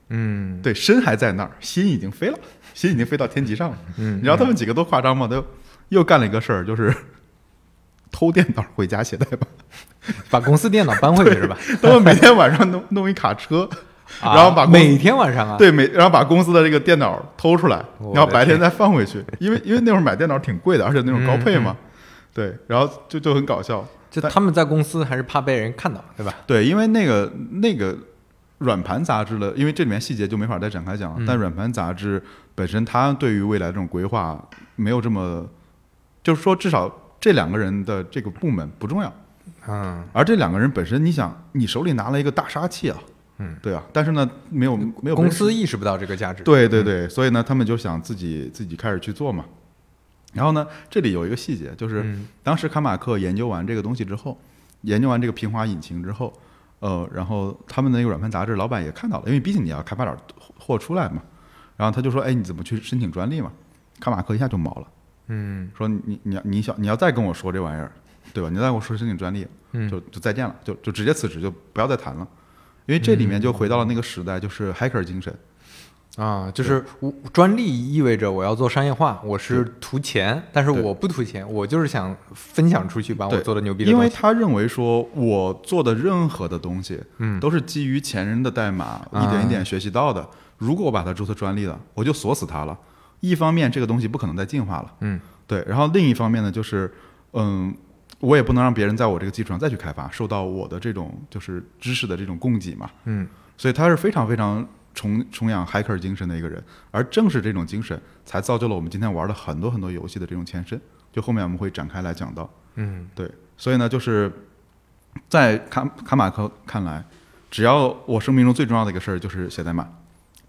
A: 嗯
B: 对，身还在那儿，心已经飞了，心已经飞到天极上了。
A: 嗯
B: 你知道他们几个多夸张吗？都又干了一个事儿，就是偷电脑回家写代码。
A: 把公司电脑搬回去是吧？
B: 他们每天晚上弄弄一卡车，
A: 啊
B: 然后把公
A: 每天晚上啊，
B: 对，每然后把公司的这个电脑偷出来
A: 我，的
B: 然后白天再放回 (laughs) 去，因为因为那会儿买电脑挺贵的，而且那种高配嘛，对，然后就就很搞笑，
A: 就他们在公司还是怕被人看到，对吧？
B: 对，因为那个那个软盘杂志的，因为这里面细节就没法再展开讲，了。但软盘杂志本身它对于未来这种规划没有这么，就是说至少这两个人的这个部门不重要，
A: 嗯，
B: 而这两个人本身，你想你手里拿了一个大杀器啊，
A: 嗯，
B: 对啊，但是呢，没有没有被
A: 公司意识不到这个价值。嗯
B: 对对对，所以呢，他们就想自己自己开始去做嘛。然后呢，这里有一个细节，就是
A: 嗯
B: 当时卡马克研究完这个东西之后，研究完这个平滑引擎之后，呃，然后他们的那个软盘杂志老板也看到了，因为毕竟你要开发点货出来嘛。然后他就说：“哎，你怎么去申请专利嘛？”卡马克一下就毛了，
A: 嗯
B: 说你：“你你要你想你要再跟我说这玩意儿，对吧？你再跟我说申请专利，
A: 嗯
B: 就就再见了，就就直接辞职，就不要再谈了。”因为这
A: 嗯
B: 里面就回到了那个时代，就是 hacker 精神，
A: 啊，就是我专利意味着我要做商业化，我是图钱，但是
B: 对
A: 我不图钱，我就是想分享出去，把我
B: 对
A: 做的牛逼的
B: 因
A: 东
B: 为
A: 西。
B: 他认为说我做的任何的东西，
A: 嗯
B: 都是基于前人的代码、
A: 啊
B: 一点一点学习到的。如果我把它注册专利了，我就锁死它了。一方面，这个东西不可能再进化了，
A: 嗯，
B: 对。然后另一方面呢，就是，嗯，我也不能让别人在我这个基础上再去开发，受到我的这种就是知识的这种供给嘛。
A: 嗯
B: 所以他是非常非常崇崇仰 hacker 精神的一个人，而正是这种精神，才造就了我们今天玩的很多很多游戏的这种前身。就后面我们会展开来讲到。
A: 嗯
B: 对，所以呢，就是在卡卡马克看来，只要我生命中最重要的一个事儿就是写代码，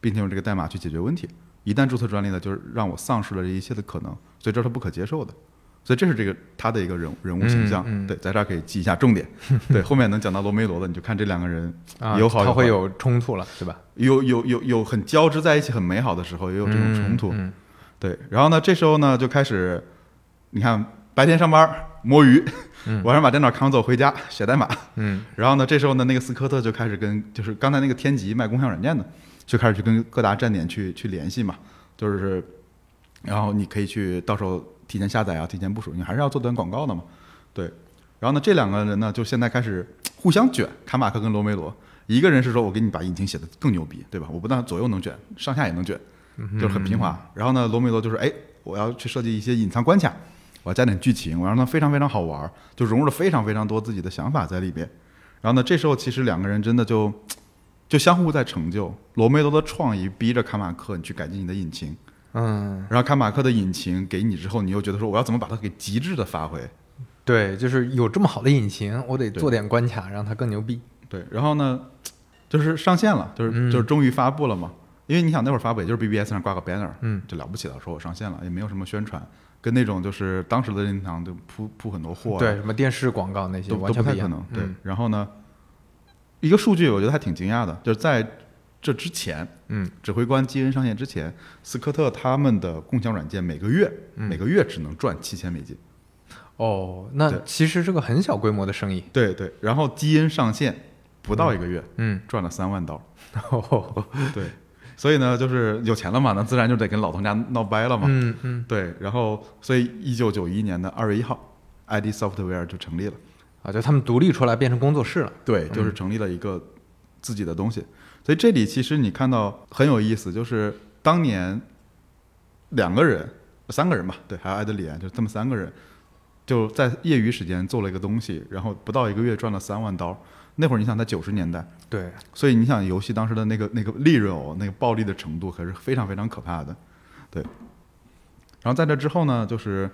B: 并且用这个代码去解决问题。一旦注册专利呢，就是让我丧失了这一切的可能，所以这是他不可接受的。所以这是这个他的一个人物人物形象，
A: 嗯嗯
B: 对，在这儿可以记一下重点。对，后面能讲到罗梅罗的，你就看这两个人
A: 啊，
B: 有好有
A: 它会
B: 坏
A: 有冲突了，对吧？
B: 有有有有很交织在一起、很美好的时候，也有这种冲突。
A: 嗯
B: 对，然后呢，这时候呢就开始，你看白天上班摸鱼，晚上把电脑扛走回家写代码，
A: 嗯
B: 然后呢，这时候呢，那个斯科特就开始跟就是刚才那个天极卖共享软件的，就开始去跟各大站点去去联系嘛，就是，然后你可以去到时候提前下载啊，提前部署，你还是要做短广告的嘛，对。然后呢，这两个人呢，就现在开始互相卷，卡马克跟罗梅罗，一个人是说我给你把引擎写得更牛逼，对吧？我不但左右能卷，上下也能卷，
A: 嗯
B: 就是很平滑。然后呢，罗梅罗就是哎，我要去设计一些隐藏关卡，我要加点剧情，我要让它非常非常好玩儿，就融入了非常非常多自己的想法在里边。然后呢，这时候其实两个人真的就就相互在成就。罗梅罗的创意逼着卡马克你去改进你的引擎，
A: 嗯，
B: 然后卡马克的引擎给你之后，你又觉得说我要怎么把它给极致的发挥。
A: 对，就是有这么好的引擎，我得
B: 对
A: 做点关卡让它更牛逼。
B: 对，然后呢，就是上线了，就是、
A: 嗯
B: 就是终于发布了嘛。因为你想那会儿发布也就是 BBS 上挂个 banner，
A: 嗯，
B: 就了不起了，说我上线了，也没有什么宣传，跟那种就是当时的任天堂就铺铺很多货、啊，
A: 对，什么电视广告那些
B: 都
A: 完
B: 都
A: 全
B: 不
A: 不
B: 太
A: 一
B: 可
A: 样。
B: 能。对
A: 嗯，
B: 然后呢，一个数据我觉得还挺惊讶的，就是在这之前，
A: 嗯，
B: 指挥官基恩上线之前，斯科特他们的共享软件每个月、
A: 嗯
B: 每个月只能赚七千美金。
A: 哦，那
B: 对
A: 其实是个很小规模的生意。
B: 对对，然后基恩上线不到一个月， (laughs)
A: 嗯，
B: 赚了三
A: (laughs)
B: 万刀。
A: 哦，
B: 对，所以呢，就是有钱了嘛，那自然就得跟老东家闹掰了嘛。
A: 嗯嗯，
B: 对，然后所以一九九一年的二月一号，ID Software 就成立了。
A: 啊，就他们独立出来变成工作室了。
B: 对，就是成立了一个自己的东西。所以这里其实你看到很有意思，就是当年两个人、三个人吧，对，还有艾德里安，就这么三个人，就在业余时间做了一个东西，然后不到一个月赚了三万刀。那会儿你想，在九十年代，
A: 对，
B: 所以你想游戏当时的那个那个利润哦，那个暴利的程度可是非常非常可怕的。然后在这之后呢，就是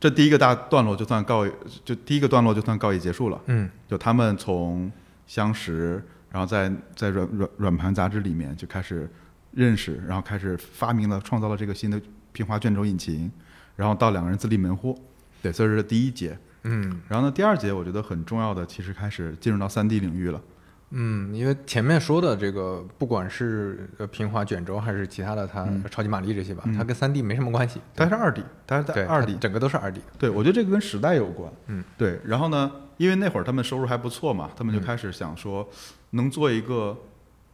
B: 这第一个大段落就算告一，就第一个段落就算告一结束了。
A: 嗯
B: 就他们从相识，然后在在软软软盘杂志里面就开始认识，然后开始发明了创造了这个新的平滑卷轴引擎，然后到两个人自立门户，对，所以这是第一节。
A: 嗯
B: 然后呢，第二节我觉得很重要的，其实开始进入到三 D 领域了。
A: 嗯，因为前面说的这个，不管是呃平滑卷轴还是其他的，它超级玛丽这些吧，
B: 嗯
A: 它跟三 D 没什么关系。
B: 它是二 D，它是
A: 对
B: 在二
A: 它
B: D，
A: 整个都是二 D。
B: 对，我觉得这个跟时代有关。
A: 嗯，
B: 对。然后呢，因为那会儿他们收入还不错嘛，他们就开始想说，能做一个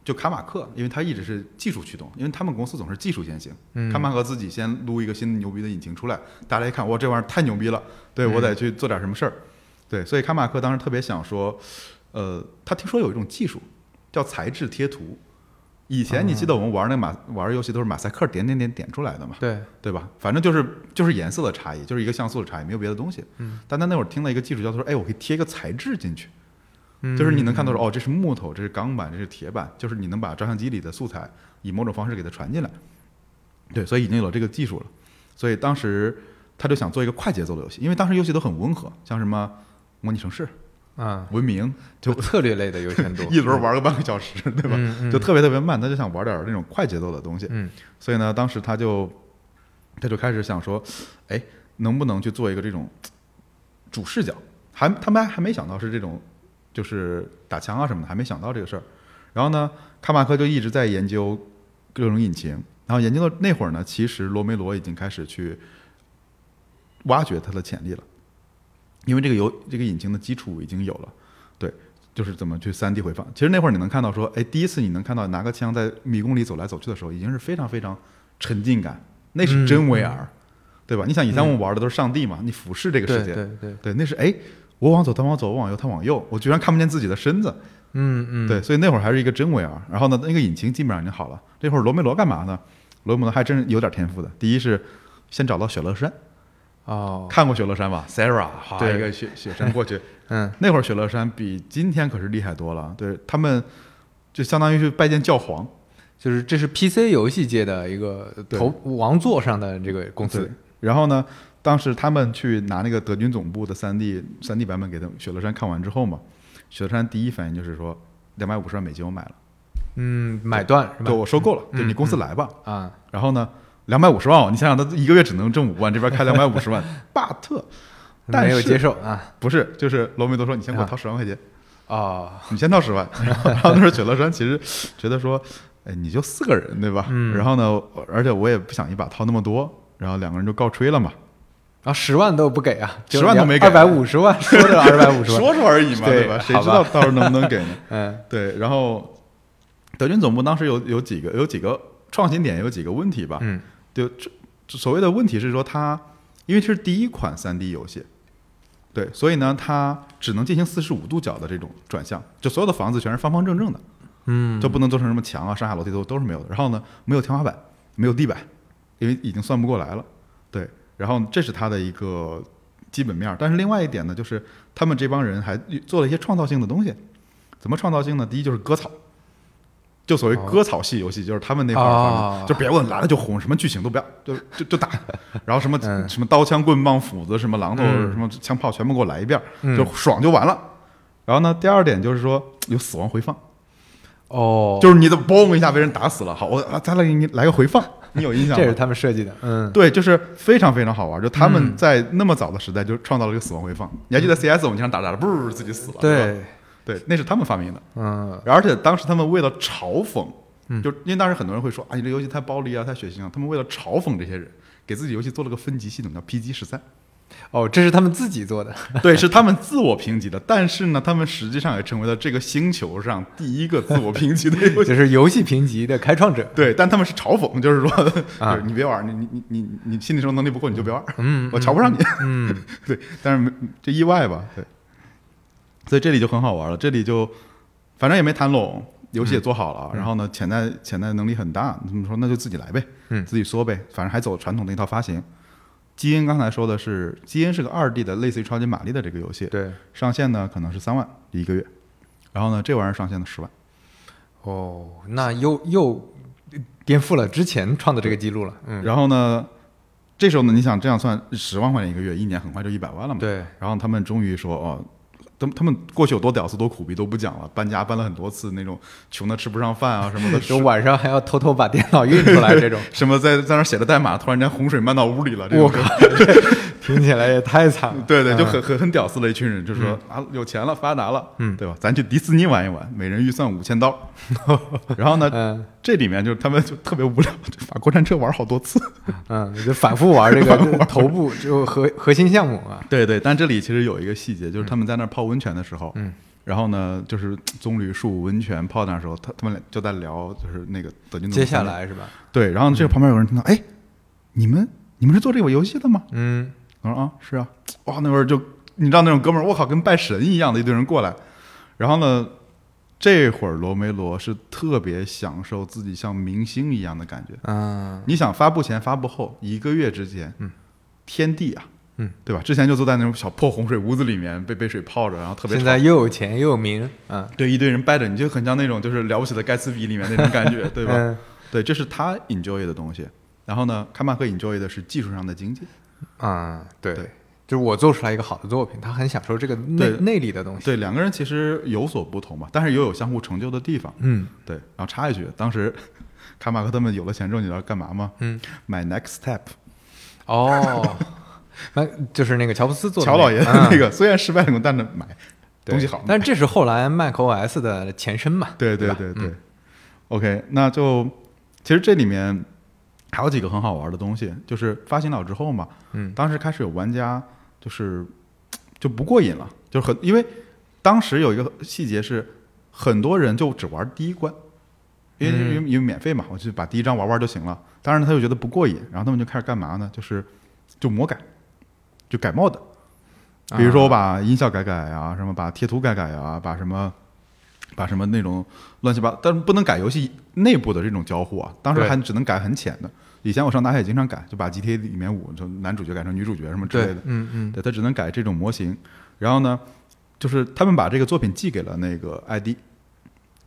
B: 就卡马克，因为它一直是技术驱动，因为他们公司总是技术先行。
A: 嗯
B: 卡马克自己先撸一个新牛逼的引擎出来，大家一看，哇，这玩意儿太牛逼了，对
A: 嗯
B: 我得去做点什么事儿。对，所以卡马克当时特别想说，呃，他听说有一种技术叫材质贴图。以前你记
A: 哦
B: 得我们玩那马玩游戏都是马赛克点点点点出来的嘛？
A: 对，
B: 对吧？反正就是就是颜色的差异，就是一个像素的差异，没有别的东西。
A: 嗯，
B: 但他那会儿听了一个技术叫做说，哎，我可以贴一个材质进去，
A: 嗯
B: 就是你能看到说，哦，这是木头，这是钢板，这是铁板，就是你能把照相机里的素材以某种方式给它传进来。对，所以已经有了这个技术了。所以当时他就想做一个快节奏的游戏，因为当时游戏都很温和，像什么模拟城市、 (laughs)
A: 啊，
B: 文明，，
A: 就策略类的优先多
B: 一轮玩个半个小时，对吧？
A: 嗯嗯
B: 就特别特别慢，他就想玩点儿那种快节奏的东西。
A: 嗯
B: 所以呢，当时他就他就开始想说，哎，能不能去做一个这种主视角？还他们还没想到是这种，就是打枪啊什么的，还没想到这个事儿。然后呢，卡马克就一直在研究各种引擎，然后研究到那会儿呢，其实罗梅罗已经开始去挖掘它的潜力了，因为这个游这个引擎的基础已经有了，对，就是怎么去三 D 回放。其实那会儿你能看到说，哎，第一次你能看到拿个枪在迷宫里走来走去的时候，已经是非常非常沉浸感，那是真
A: 嗯
B: VR，、对吧？你想以前我们玩的都是上帝嘛，你俯视这个世界，
A: 对对对，
B: 对，那是哎，我往左，他往左，我往右，他往右，我居然看不见自己的身子。
A: 嗯嗯，
B: 对，所以那会儿还是一个真 VR。然后呢，那个引擎基本上已经好了。这会儿罗梅罗干嘛呢？罗梅罗还真是有点天赋的。第一是先找到雪乐山，
A: 哦，
B: 看过雪乐山吧？Sarah，哈
A: 对
B: 一个雪雪山过去。
A: 嗯
B: 那会儿雪乐山比今天可是厉害多了。对他们就相当于去拜见教皇。，
A: 就是这是 PC 游戏界的一个
B: 对
A: 头王座上的这个公司
B: 对，然后呢，当时他们去拿那个德军总部的三 D 三 D 版本给他们雪乐山看完之后嘛，雪乐山第一反应就是说两百五十万美金我买了。
A: 嗯，买断是吧
B: 对，？我收购了，
A: 嗯
B: 就你公司来吧。
A: 啊，
B: 然后呢，两百五十万哦，你想想他一个月只能挣五万，这边开两百五
A: (laughs)
B: 十万，巴特但
A: 没有
B: 是
A: 接受啊，
B: 不是，就是罗梅多说你先给我
A: 啊
B: 掏十万块钱，
A: 哦，
B: 你先掏十
A: (laughs)
B: 万。然后，然后那时候雪乐山其实觉得说，哎，你就四个人对吧？
A: 嗯
B: 然后呢，而且我也不想一把掏那么多，然后两个人就告吹了嘛，
A: 然后十万都不给啊，
B: 10万都没给
A: 二百五十万说的二百五十万，
B: 说说而已嘛，
A: 对
B: 对吧？
A: 好吧
B: 谁知道到时候能不能给呢？
A: 嗯
B: 对，然后德军总部当时有有几个有几个创新点，有几个问题吧？
A: 嗯
B: 就这这所谓的问题是说它，因为这是第一款3 D 游戏，对，所以呢，它只能进行四十五度角的这种转向，就所有的房子全是方方正正的，
A: 嗯，
B: 就不能做成什么墙啊、上下楼梯都都是没有的。然后呢，没有天花板，没有地板，因为已经算不过来了。对，然后这是它的一个基本面儿。但是另外一点呢，就是他们这帮人还做了一些创造性的东西。怎么创造性呢？第一就是割草，就所谓
A: 哦
B: 割草系游戏，就是他们那块儿反
A: 哦
B: 正就别问，来了就轰，什么剧情都不要，就就就打，然后什么
A: (laughs) 嗯
B: 什么刀枪棍棒斧子什么榔头
A: 嗯
B: 什么枪炮全部给我来一遍儿，
A: 嗯
B: 就爽就完了。然后呢，第二点就是说有死亡回放。
A: 哦，
B: 就是你的嘣一下被人打死了，好，我啊咱来给你来个回放，你有印象
A: 这是
B: (laughs) 吗？
A: 他们设计的，嗯，
B: 对，就是非常非常好玩，就他们
A: 嗯
B: 在那么早的时代就创造了这个死亡回放。你还记得 CS 我们经常打着打着，不自己死了，嗯对吧
A: 对，
B: 对，那是他们发明的，
A: 嗯
B: 而且当时他们为了嘲讽，
A: 嗯
B: 就因为当时很多人会说啊，你这游戏太暴力啊，太血腥啊，他们为了嘲讽这些人，给自己游戏做了个分级系统叫 PG 十三，
A: 哦，这是他们自己做的，
B: 对，是他们自我评级的，但是呢，他们实际上也成为了这个星球上第一个自我评级的游戏。
A: 就是游戏评级的开创者，
B: 对，但他们是嘲讽，就是说，
A: 啊
B: (laughs) 就是你别玩儿，你你你你你心理承受能力不够，你就别玩儿，
A: 嗯，
B: (laughs) 我瞧不上你。
A: 嗯，
B: (laughs) 对，但是没这意外吧，对。所以这里就很好玩了，这里就反正也没谈拢，游戏也做好了，
A: 嗯
B: 然后呢，潜在潜在能力很大，怎么说那就自己来呗，
A: 嗯
B: 自己说呗，反正还走传统的一套发行。基因刚才说的是，基因是个二 D 的，类似于超级玛丽的这个游戏，
A: 对，
B: 上线呢可能是三万一个月，然后呢这玩意儿上线了十万。
A: 哦，那又又颠覆了之前创的这个记录了。嗯，
B: 然后呢，这时候呢，你想这样算十万块钱一个月，一年很快就一百万了嘛。
A: 对，
B: 然后他们终于说，哦，他们他们过去有多屌丝多苦逼都不讲了，搬家搬了很多次，那种穷的吃不上 (laughs) 饭啊什么的，
A: 就晚上还要偷偷把电脑运出来，这
B: (laughs)
A: 种
B: 什么在在那儿写着代码，突然间洪水漫到屋里了，这种啊
A: 我靠听起来也太惨了。
B: (laughs) 对对，就很很很屌丝的一群人，就说、啊，有钱了，发达了，
A: 嗯
B: 对吧？咱去迪士尼玩一玩，每人预算五千刀。 (laughs) 然后呢，
A: 嗯
B: 这里面就他们就特别无聊，就把过山车玩好多次。
A: 嗯，就反复玩
B: (laughs)
A: 这个头部就核核心项目啊。
B: 对对，但这里其实有一个细节，就是他们在那儿泡温泉的时候，
A: 嗯，
B: 然后呢，就是棕榈树温泉泡那时候，他他们俩就在聊，就是那个德军怎么
A: 接下
B: 参战
A: 来是嗯吧？
B: 对，然后这个旁边有人听到，哎，你们你们是做这个游戏的吗？
A: 嗯，
B: 我说啊，是啊，哇，那会儿就你知道那种哥们儿，我靠，跟拜神一样的一堆人过来。然后呢，这会儿罗梅罗是特别享受自己像明星一样的感觉。
A: 啊，
B: 你想发布前、发布后一个月之间，
A: 嗯，
B: 天地啊，
A: 嗯，
B: 对吧？之前就坐在那种小破洪水屋子里面被被水泡着，然后特别
A: 现
B: 吵
A: 在又有钱又有名，嗯，
B: 对一堆人掰着，你就很像那种就是了不起的盖茨比里面那种感
A: (laughs)
B: 觉，对吧？
A: 嗯？
B: 对，这是他 enjoy 的东西。然后呢，开曼和 enjoy 的是技术上的精进。
A: 啊，对
B: 对，
A: 就是我做出来一个好的作品，他很享受这个内
B: 对
A: 内里的东西。
B: 对，两个人其实有所不同吧，但是也有相互成就的地方。
A: 嗯，
B: 对，然后插一句，当时卡马克他们有了钱之后，你知道干嘛吗？
A: 嗯，
B: 买 Next Step，
A: 哦， (laughs) 那就是那个乔布斯做的
B: 乔老爷
A: 那个嗯
B: 那个，虽然失败了，但是买
A: 对
B: 东西好。
A: 但这是后来 macOS 的前身嘛？
B: 对
A: 对
B: 对
A: 吧
B: 对对
A: 嗯
B: OK，那就其实这里面还有几个很好玩的东西，就是发行了之后嘛，
A: 嗯
B: 当时开始有玩家就是就不过瘾了，就是很因为当时有一个细节是，很多人就只玩第一关，因
A: 嗯
B: 为因为因为免费嘛，我就把第一章玩玩就行了。当然他就觉得不过瘾，然后他们就开始干嘛呢？就是就魔改，就改 mod，比如
A: 啊
B: 说我把音效改改啊，什么把贴图改改啊，把什么。把什么那种乱七八，但是不能改游戏内部的这种交互啊。当时
A: 对
B: 还只能改很浅的。以前我上大学也经常改，就把 GTA 里面五就男主角改成女主角什么之类
A: 对
B: 的。，
A: 嗯嗯，
B: 对，他只能改这种模型。然后呢，就是他们把这个作品寄给了那个 ID，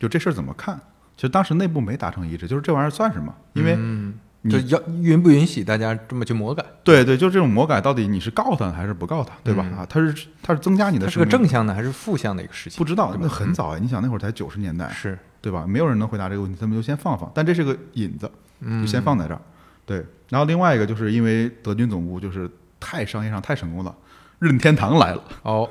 B: 就这事儿怎么看？其实当时内部没达成一致，就是这玩意儿算什么？因为、
A: 嗯
B: 你
A: 就要允不允许大家这么去魔改？
B: 对对，就这种魔改到底你是告他还是不告他，对吧？
A: 嗯
B: 啊，他是他是增加你的
A: 它是
B: 生
A: 个
B: 命
A: 正向的还是负向的一个事情？啊
B: 不知道，
A: 对吧嗯
B: 那很早哎，你想那会儿才九十年代，
A: 是，
B: 对吧？没有人能回答这个问题，他们就先放放，但这是个引子，就
A: 嗯，
B: 先放在这儿。对，然后另外一个就是因为德军总部就是太商业上太成功了，任天堂来了。 (laughs)
A: 哦，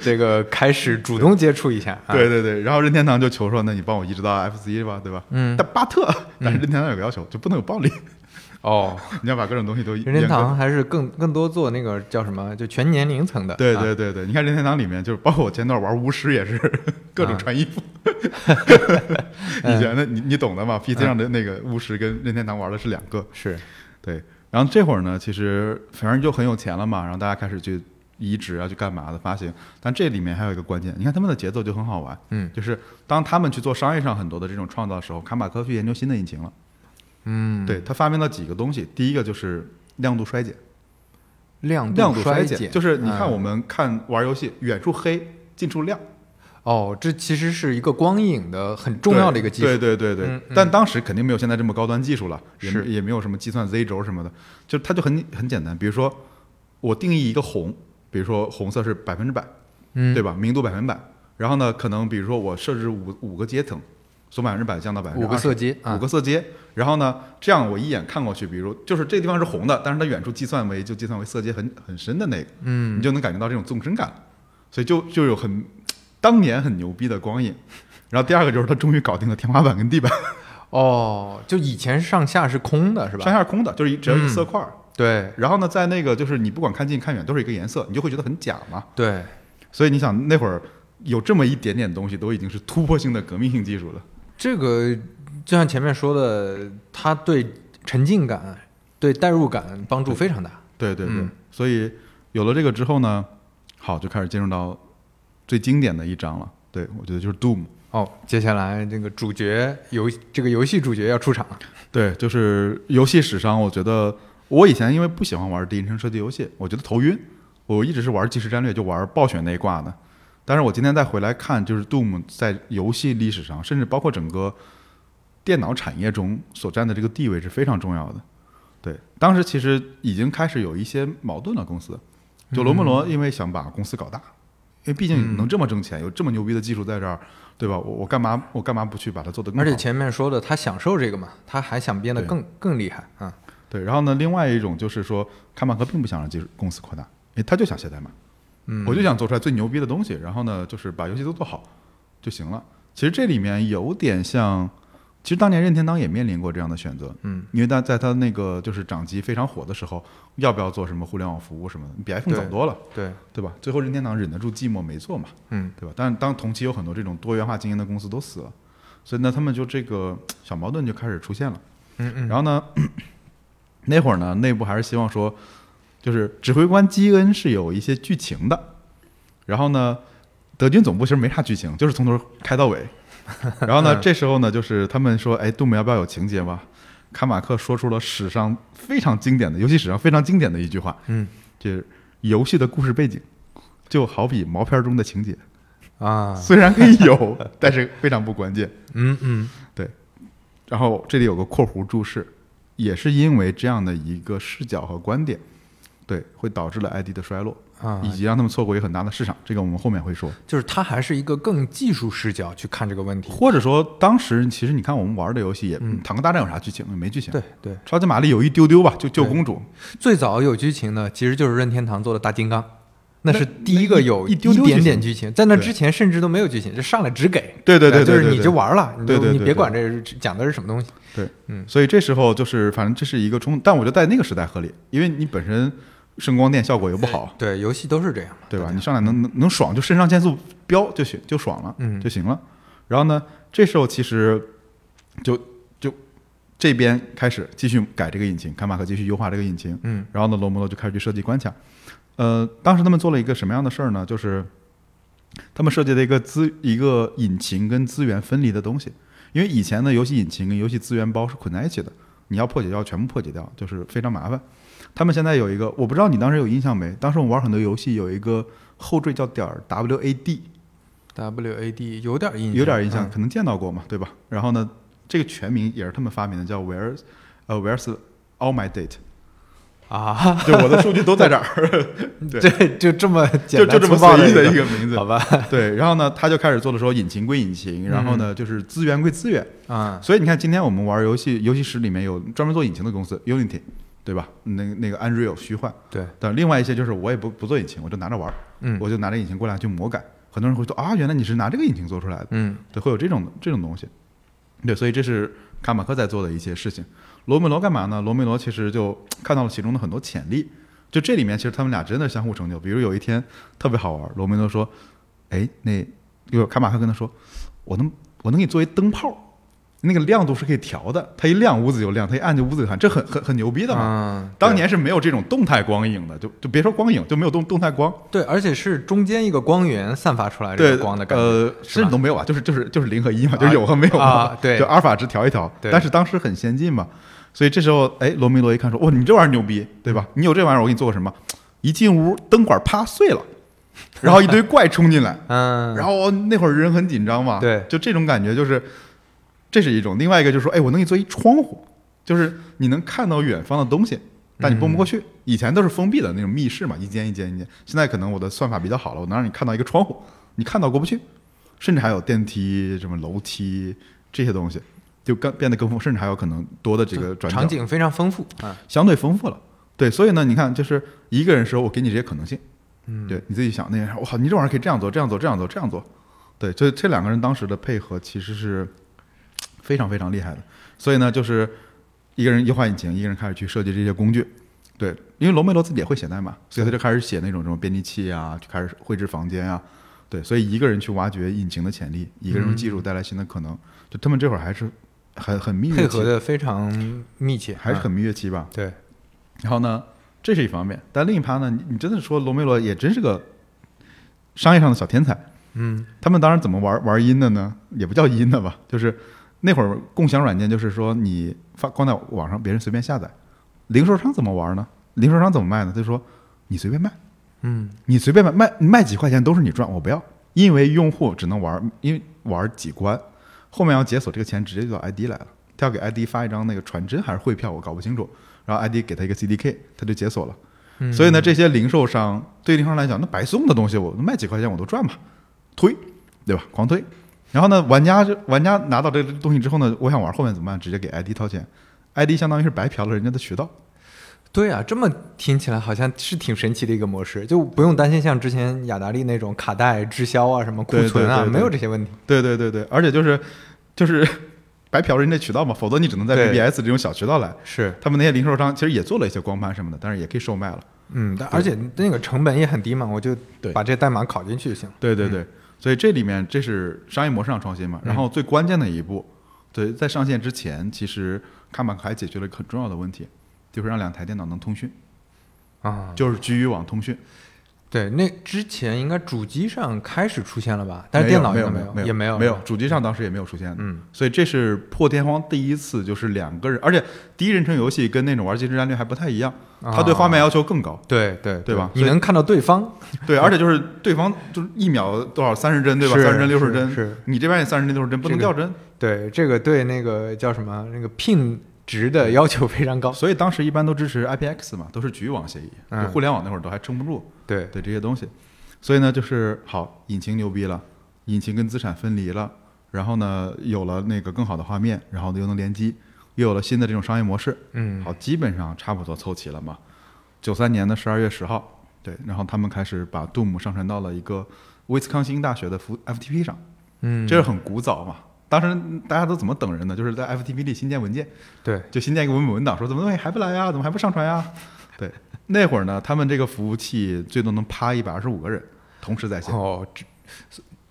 A: 这个开始主动接触一下，啊
B: 对，对对，然后任天堂就求说，那你帮我移植到 FC 吧，对吧？
A: 嗯，
B: 但巴特， (laughs) 但是任天堂有个要求，就不能有暴力，
A: 哦，
B: 你要把各种东西都
A: 任天
B: 严格。
A: 堂还是更更多做那个叫什么，就全年龄层的，
B: 对
A: 啊
B: 对对对，你看任天堂里面，就是包括我前段玩巫师也是各
A: 啊
B: 种穿
A: (laughs)
B: 衣服，以前的你你懂的嘛，PC
A: 嗯
B: 上的那个巫师跟任天堂玩的是两个，
A: 是，
B: 对。然后这会儿呢，其实反正就很有钱了嘛，然后大家开始去移植啊，去干嘛的发行。但这里面还有一个关键，你看他们的节奏就很好玩，
A: 嗯
B: 就是当他们去做商业上很多的这种创造的时候，卡马科去研究新的引擎了。
A: 嗯，
B: 对他发明了几个东西，第一个就是亮度衰减，
A: 亮
B: 亮度
A: 衰
B: 减就是你看
A: 嗯
B: 我们看玩游戏，远处黑，近处亮，
A: 哦，这其实是一个光影的很重要的一个技
B: 对
A: 术，
B: 对对对对
A: 嗯嗯
B: 但当时肯定没有现在这么高端技术了，也
A: 是
B: 也没有什么计算 Z 轴什么的，就它就很很简单，比如说我定义一个红，比如说红色是百分之百，
A: 嗯，
B: 对吧？明度百分百，然后呢，可能比如说我设置五五个阶层，从百分之百降到百分之
A: 五个色阶啊
B: 五个色阶，然后呢，这样我一眼看过去，比如就是这地方是红的，但是它远处计算为就计算为色阶很很深的那个，
A: 嗯，
B: 你就能感觉到这种纵深感，所以就就有很当年很牛逼的光影。然后第二个就是他终于搞定了天花板跟地板，
A: 哦，就以前上下是空的，是吧？嗯
B: 上下是空的，就是一只有一色块儿。
A: 对
B: 然后呢，在那个就是你不管看近看远都是一个颜色，你就会觉得很假嘛。
A: 对，
B: 所以你想那会儿有这么一点点东西，都已经是突破性的革命性技术了。
A: 这个就像前面说的，它对沉浸感、对代入感帮助非常大。
B: 对对对，
A: 嗯
B: 所以有了这个之后呢，好就开始进入到最经典的一章了。对，我觉得就是 Doom。
A: 哦，接下来这个主角游这个游戏主角要出场了。
B: (laughs) 对，就是游戏史上，我觉得我以前因为不喜欢玩第一人称射击游戏，我觉得头晕，我一直是玩即时战略，就玩暴雪那一挂的。但是我今天再回来看，就是 Doom 在游戏历史上，甚至包括整个电脑产业中所占的这个地位是非常重要的。对，当时其实已经开始有一些矛盾了，公司。就罗慕罗
A: 嗯
B: 因为想把公司搞大，因为毕竟能这么挣钱，有这么牛逼的技术在这儿，对吧？我我干嘛我干嘛不去把它做得更好？
A: 而且前面说的，他享受这个嘛，他还想变得更更厉害啊。
B: 对，然后呢，另外一种就是说，卡马克并不想让技术公司扩大，因为他就想写代码，
A: 嗯，
B: 我就想做出来最牛逼的东西，然后呢，就是把游戏都做好就行了。其实这里面有点像，其实当年任天堂也面临过这样的选择，
A: 嗯，
B: 因为他在他那个就是掌机非常火的时候，要不要做什么互联网服务什么的，比 iPhone
A: 对
B: 早多了，
A: 对，
B: 对吧？最后任天堂忍得住寂寞没做嘛，
A: 嗯
B: 对吧？但是当同期有很多这种多元化经营的公司都死了，所以呢，他们就这个小矛盾就开始出现了。
A: 嗯嗯，
B: 然后呢， (clears throat) 那会儿呢，内部还是希望说，就是指挥官基恩是有一些剧情的。然后呢，德军总部其实没啥剧情，就是从头开
A: (laughs)
B: 到尾。然后呢，
A: 嗯
B: 这时候呢，就是他们说，哎，杜姆要不要有情节吧？卡马克说出了史上非常经典的游戏史上非常经典的一句话，
A: 嗯
B: 就是游戏的故事背景就好比毛片中的情节，
A: 啊，
B: 虽然可以有， (laughs) 但是非常不关键。
A: 嗯嗯，
B: 然后这里有个括弧注释，也是因为这样的一个视角和观点，对，会导致了 ID 的衰落，
A: 啊
B: 以，及让他们错过一个很大的市场。这个我们后面会说。
A: 就是他还是一个更技术视角去看这个问题。
B: 或者说，当时其实你看我们玩的游戏也，
A: 嗯
B: 坦克大战》有啥剧情？没剧情。
A: 对，对，
B: 超级玛丽有一丢丢吧，就救公主，
A: 最早有剧情的其实就是任天堂做的大金刚，那是第一个有
B: 一丢丢
A: 点
B: 剧情
A: 点剧情，在那
B: 对
A: 之前甚至都没有剧情，就上来只给。
B: 对对对对
A: 就是
B: 对
A: 你
B: 对
A: 就玩了，你
B: 对对
A: 就
B: 对
A: 你
B: 对
A: 别管这是讲的是什么东西。
B: 所以这时候就是，反正这是一个冲突，但我觉得在那个时代合理，因为你本身声光电效果又不好，
A: 对，游戏都是这样嘛，
B: 对吧？
A: 大家
B: 你上来能能能爽，就肾上腺素飙就行，就爽了，
A: 嗯
B: 就行了。然后呢，这时候其实就就这边开始继续改这个引擎，卡马克继续优化这个引擎，
A: 嗯
B: 然后呢，罗摩罗就开始去设计关卡。呃，当时他们做了一个什么样的事儿呢？就是他们设计了一个资一个引擎跟资源分离的东西，因为以前的游戏引擎跟游戏资源包是捆在一起的，你要破解掉全部破解掉，就是非常麻烦。他们现在有一个，我不知道你当时有印象没？当时我们玩很多游戏，有一个后缀叫点儿 WAD，
A: WAD 有点印象，
B: 有点印象，可能见到过嘛，对吧？然后呢，这个全名也是他们发明的，叫 Where's 呃 Where's All My (laughs) Data，
A: 嗯啊，
B: 就我的数据都在这 (laughs) 儿，对
A: 这就这么简
B: 就
A: 单
B: 就这么
A: 粗暴
B: 随意
A: 的
B: 的嗯一个名字
A: 好。吧？
B: 对，然后呢，他就开始做了说引擎归引擎，然后呢就是资源归资源。
A: 啊，
B: 所以你看，今天我们玩游戏，游戏室里面有专门做引擎的公司 Unity，对吧？那个那个 Unreal 虚幻，
A: 对，
B: 但另外一些就是我也不不做引擎，我就拿着玩儿，
A: 嗯
B: 我就拿着引擎过来去魔改。很多人会说啊，原来你是拿这个引擎做出来的，
A: 嗯
B: 对，会有这种这种东西。对，所以这是卡马克在做的一些事情。罗梅罗干嘛呢？罗梅罗其实就看到了其中的很多潜力。就这里面，其实他们俩真的相互成就。比如有一天特别好玩，罗梅罗说：“哎，那有卡马克跟他说，我能我能给你做一灯泡，那个亮度是可以调的，它一亮屋子就亮，它一暗就屋子就暗，这很很很牛逼的嘛。
A: 嗯，
B: 当年是没有这种动态光影的，就就别说光影，就没有动动态光，
A: 对，对而且是中间一个光源散发出来这
B: 对
A: 个光的感觉，
B: 呃，
A: 是
B: 甚
A: 吧
B: 至都没有啊，就是就是就是零和一嘛，
A: 啊
B: 就是有和没有嘛
A: 啊，对
B: 就阿尔法值调一调。
A: 对
B: 但是当时很先进嘛，所以这时候哎，罗密罗一看说，哇，你这玩意儿牛逼，对吧？你有这玩意儿，我给你做个什么？一进屋灯管啪碎了，然后一堆怪冲进来，
A: 嗯，
B: 呃然后那会儿人很紧张嘛，
A: 对
B: 就这种感觉就是，这是一种。另外一个就是说，哎，我能给你做一窗户，就是你能看到远方的东西，但你蹦不过去。
A: 嗯
B: 以前都是封闭的那种密室嘛，一间一间一间。现在可能我的算法比较好了，我能让你看到一个窗户，你看到过不去，甚至还有电梯、什么楼梯这些东西，就更变得更丰富，甚至还有可能多的这个转角
A: 场景非常丰富啊，
B: 相对丰富了。对，所以呢，你看，就是一个人时候，我给你这些可能性，
A: 嗯，
B: 对，你自己想那样，哇，你这玩意儿可以这样做，这样做，这样做，这样做，对，所以这两个人当时的配合其实是非常非常厉害的。所以呢，就是一个人优化引擎，一个人开始去设计这些工具，对，因为罗梅罗自己也会写代码，所以他就开始写那种什么编辑器啊，就开始绘制房间啊，对，所以一个人去挖掘引擎的潜力，一个人用技
A: 嗯
B: 术带来新的可能，就他们这会儿还是很很蜜
A: 配
B: 月
A: 合
B: 期，
A: 的非常密切，
B: 还是很蜜月期
A: 啊。
B: 吧
A: 对，
B: 然后呢，这是一方面，但另一方呢，你你真的说罗梅罗也真是个商业上的小天才。
A: 嗯
B: 他们当时怎么玩玩音的呢？也不叫音的吧，就是那会儿共享软件就是说你发光在网上，别人随便下载。零售商怎么玩呢？零售商怎么卖呢？他说你随便卖，
A: 嗯
B: 你随便卖卖卖几块钱都是你赚，我不要，因为用户只能玩，因为玩几关，后面要解锁这个钱直接就到 ID 来了。他要给 ID 发一张那个传真还是汇票，我搞不清楚。然后 ID 给他一个 CDK，他就解锁了。
A: 嗯
B: 所以呢，这些零售商对零售商来讲，那白送的东西我卖几块钱我都赚嘛，推，对吧？狂推。然后呢，玩家就玩家拿到这个东西之后呢，我想玩后面怎么办？直接给 ID 掏钱，ID 相当于是白嫖了人家的渠道。
A: 对啊，这么听起来好像是挺神奇的一个模式，就不用担心像之前雅达利那种卡带滞销啊、什么库
B: 对对
A: 存啊，
B: 对对
A: 没有这些问题。
B: 对对对对，而且就是就是 (laughs) 白嫖人家渠道嘛，否则你只能在
A: 对
B: BBS 这种小渠道来。
A: 是，
B: 他们那些零售商其实也做了一些光盘什么的，但是也可以售卖了。
A: 嗯，但而且那个成本也很低嘛，我就
B: 对
A: 把这代码拷进去就行了。
B: 对对对，嗯所以这里面这是商业模式上创新
A: 嗯
B: 嘛。然后最关键的一步，对，在上线之前，其实看板还解决了一个很重要的问题，就是让两台电脑能通讯，
A: 啊，
B: 就是局域网通讯。
A: 对，那之前应该主机上开始出现了吧？但是
B: 没有
A: 电脑
B: 没
A: 应
B: 有
A: 该
B: 没
A: 有，
B: 没
A: 也没有，
B: 没
A: 是
B: 有
A: 吧，
B: 主机上当时也没有出现的。
A: 嗯，
B: 所以这是破天荒第一次，就是两个人，而且第一人称游戏跟那种玩即时战略还不太一样，
A: 啊
B: 它对画面要求更高。
A: 嗯对对
B: 对吧
A: 你
B: 所以
A: 能看到对方，
B: (laughs) 对，而且就是对方就是一秒多少三十帧对吧？
A: 是
B: 三十帧六十
A: 是
B: 帧，
A: 是
B: 你这边也三十帧六十帧，不能
A: 这
B: 掉
A: 个
B: 帧。
A: 对这个对那个叫什么那个 pin 值
B: 嗯
A: 的要求非常高。
B: 所以当时一般都支持 IPX 嘛，都是局域网协议，
A: 嗯
B: 就互联网那会儿都还撑不住，
A: 对，
B: (laughs) 对这些东西。所以呢，就是好，引擎牛逼了，引擎跟资产分离了，然后呢，有了那个更好的画面，然后呢又能联机，又有了新的这种商业模式，
A: 嗯，
B: 好，基本上差不多凑齐了嘛。九三年的十二月十号，对，然后他们开始把 Doom 上传到了一个威斯康星大学的 F- FTP 上，
A: 嗯，
B: 这是很古早嘛。当时大家都怎么等人呢？就是在 FTP 里新建文件，
A: 对，
B: 就新建一个文本文档，说怎么东西还不来呀？怎么还不上传呀？
A: (laughs)
B: 对，那会儿呢，他们这个服务器最多能趴一百二十五个人同时在线。
A: 哦，这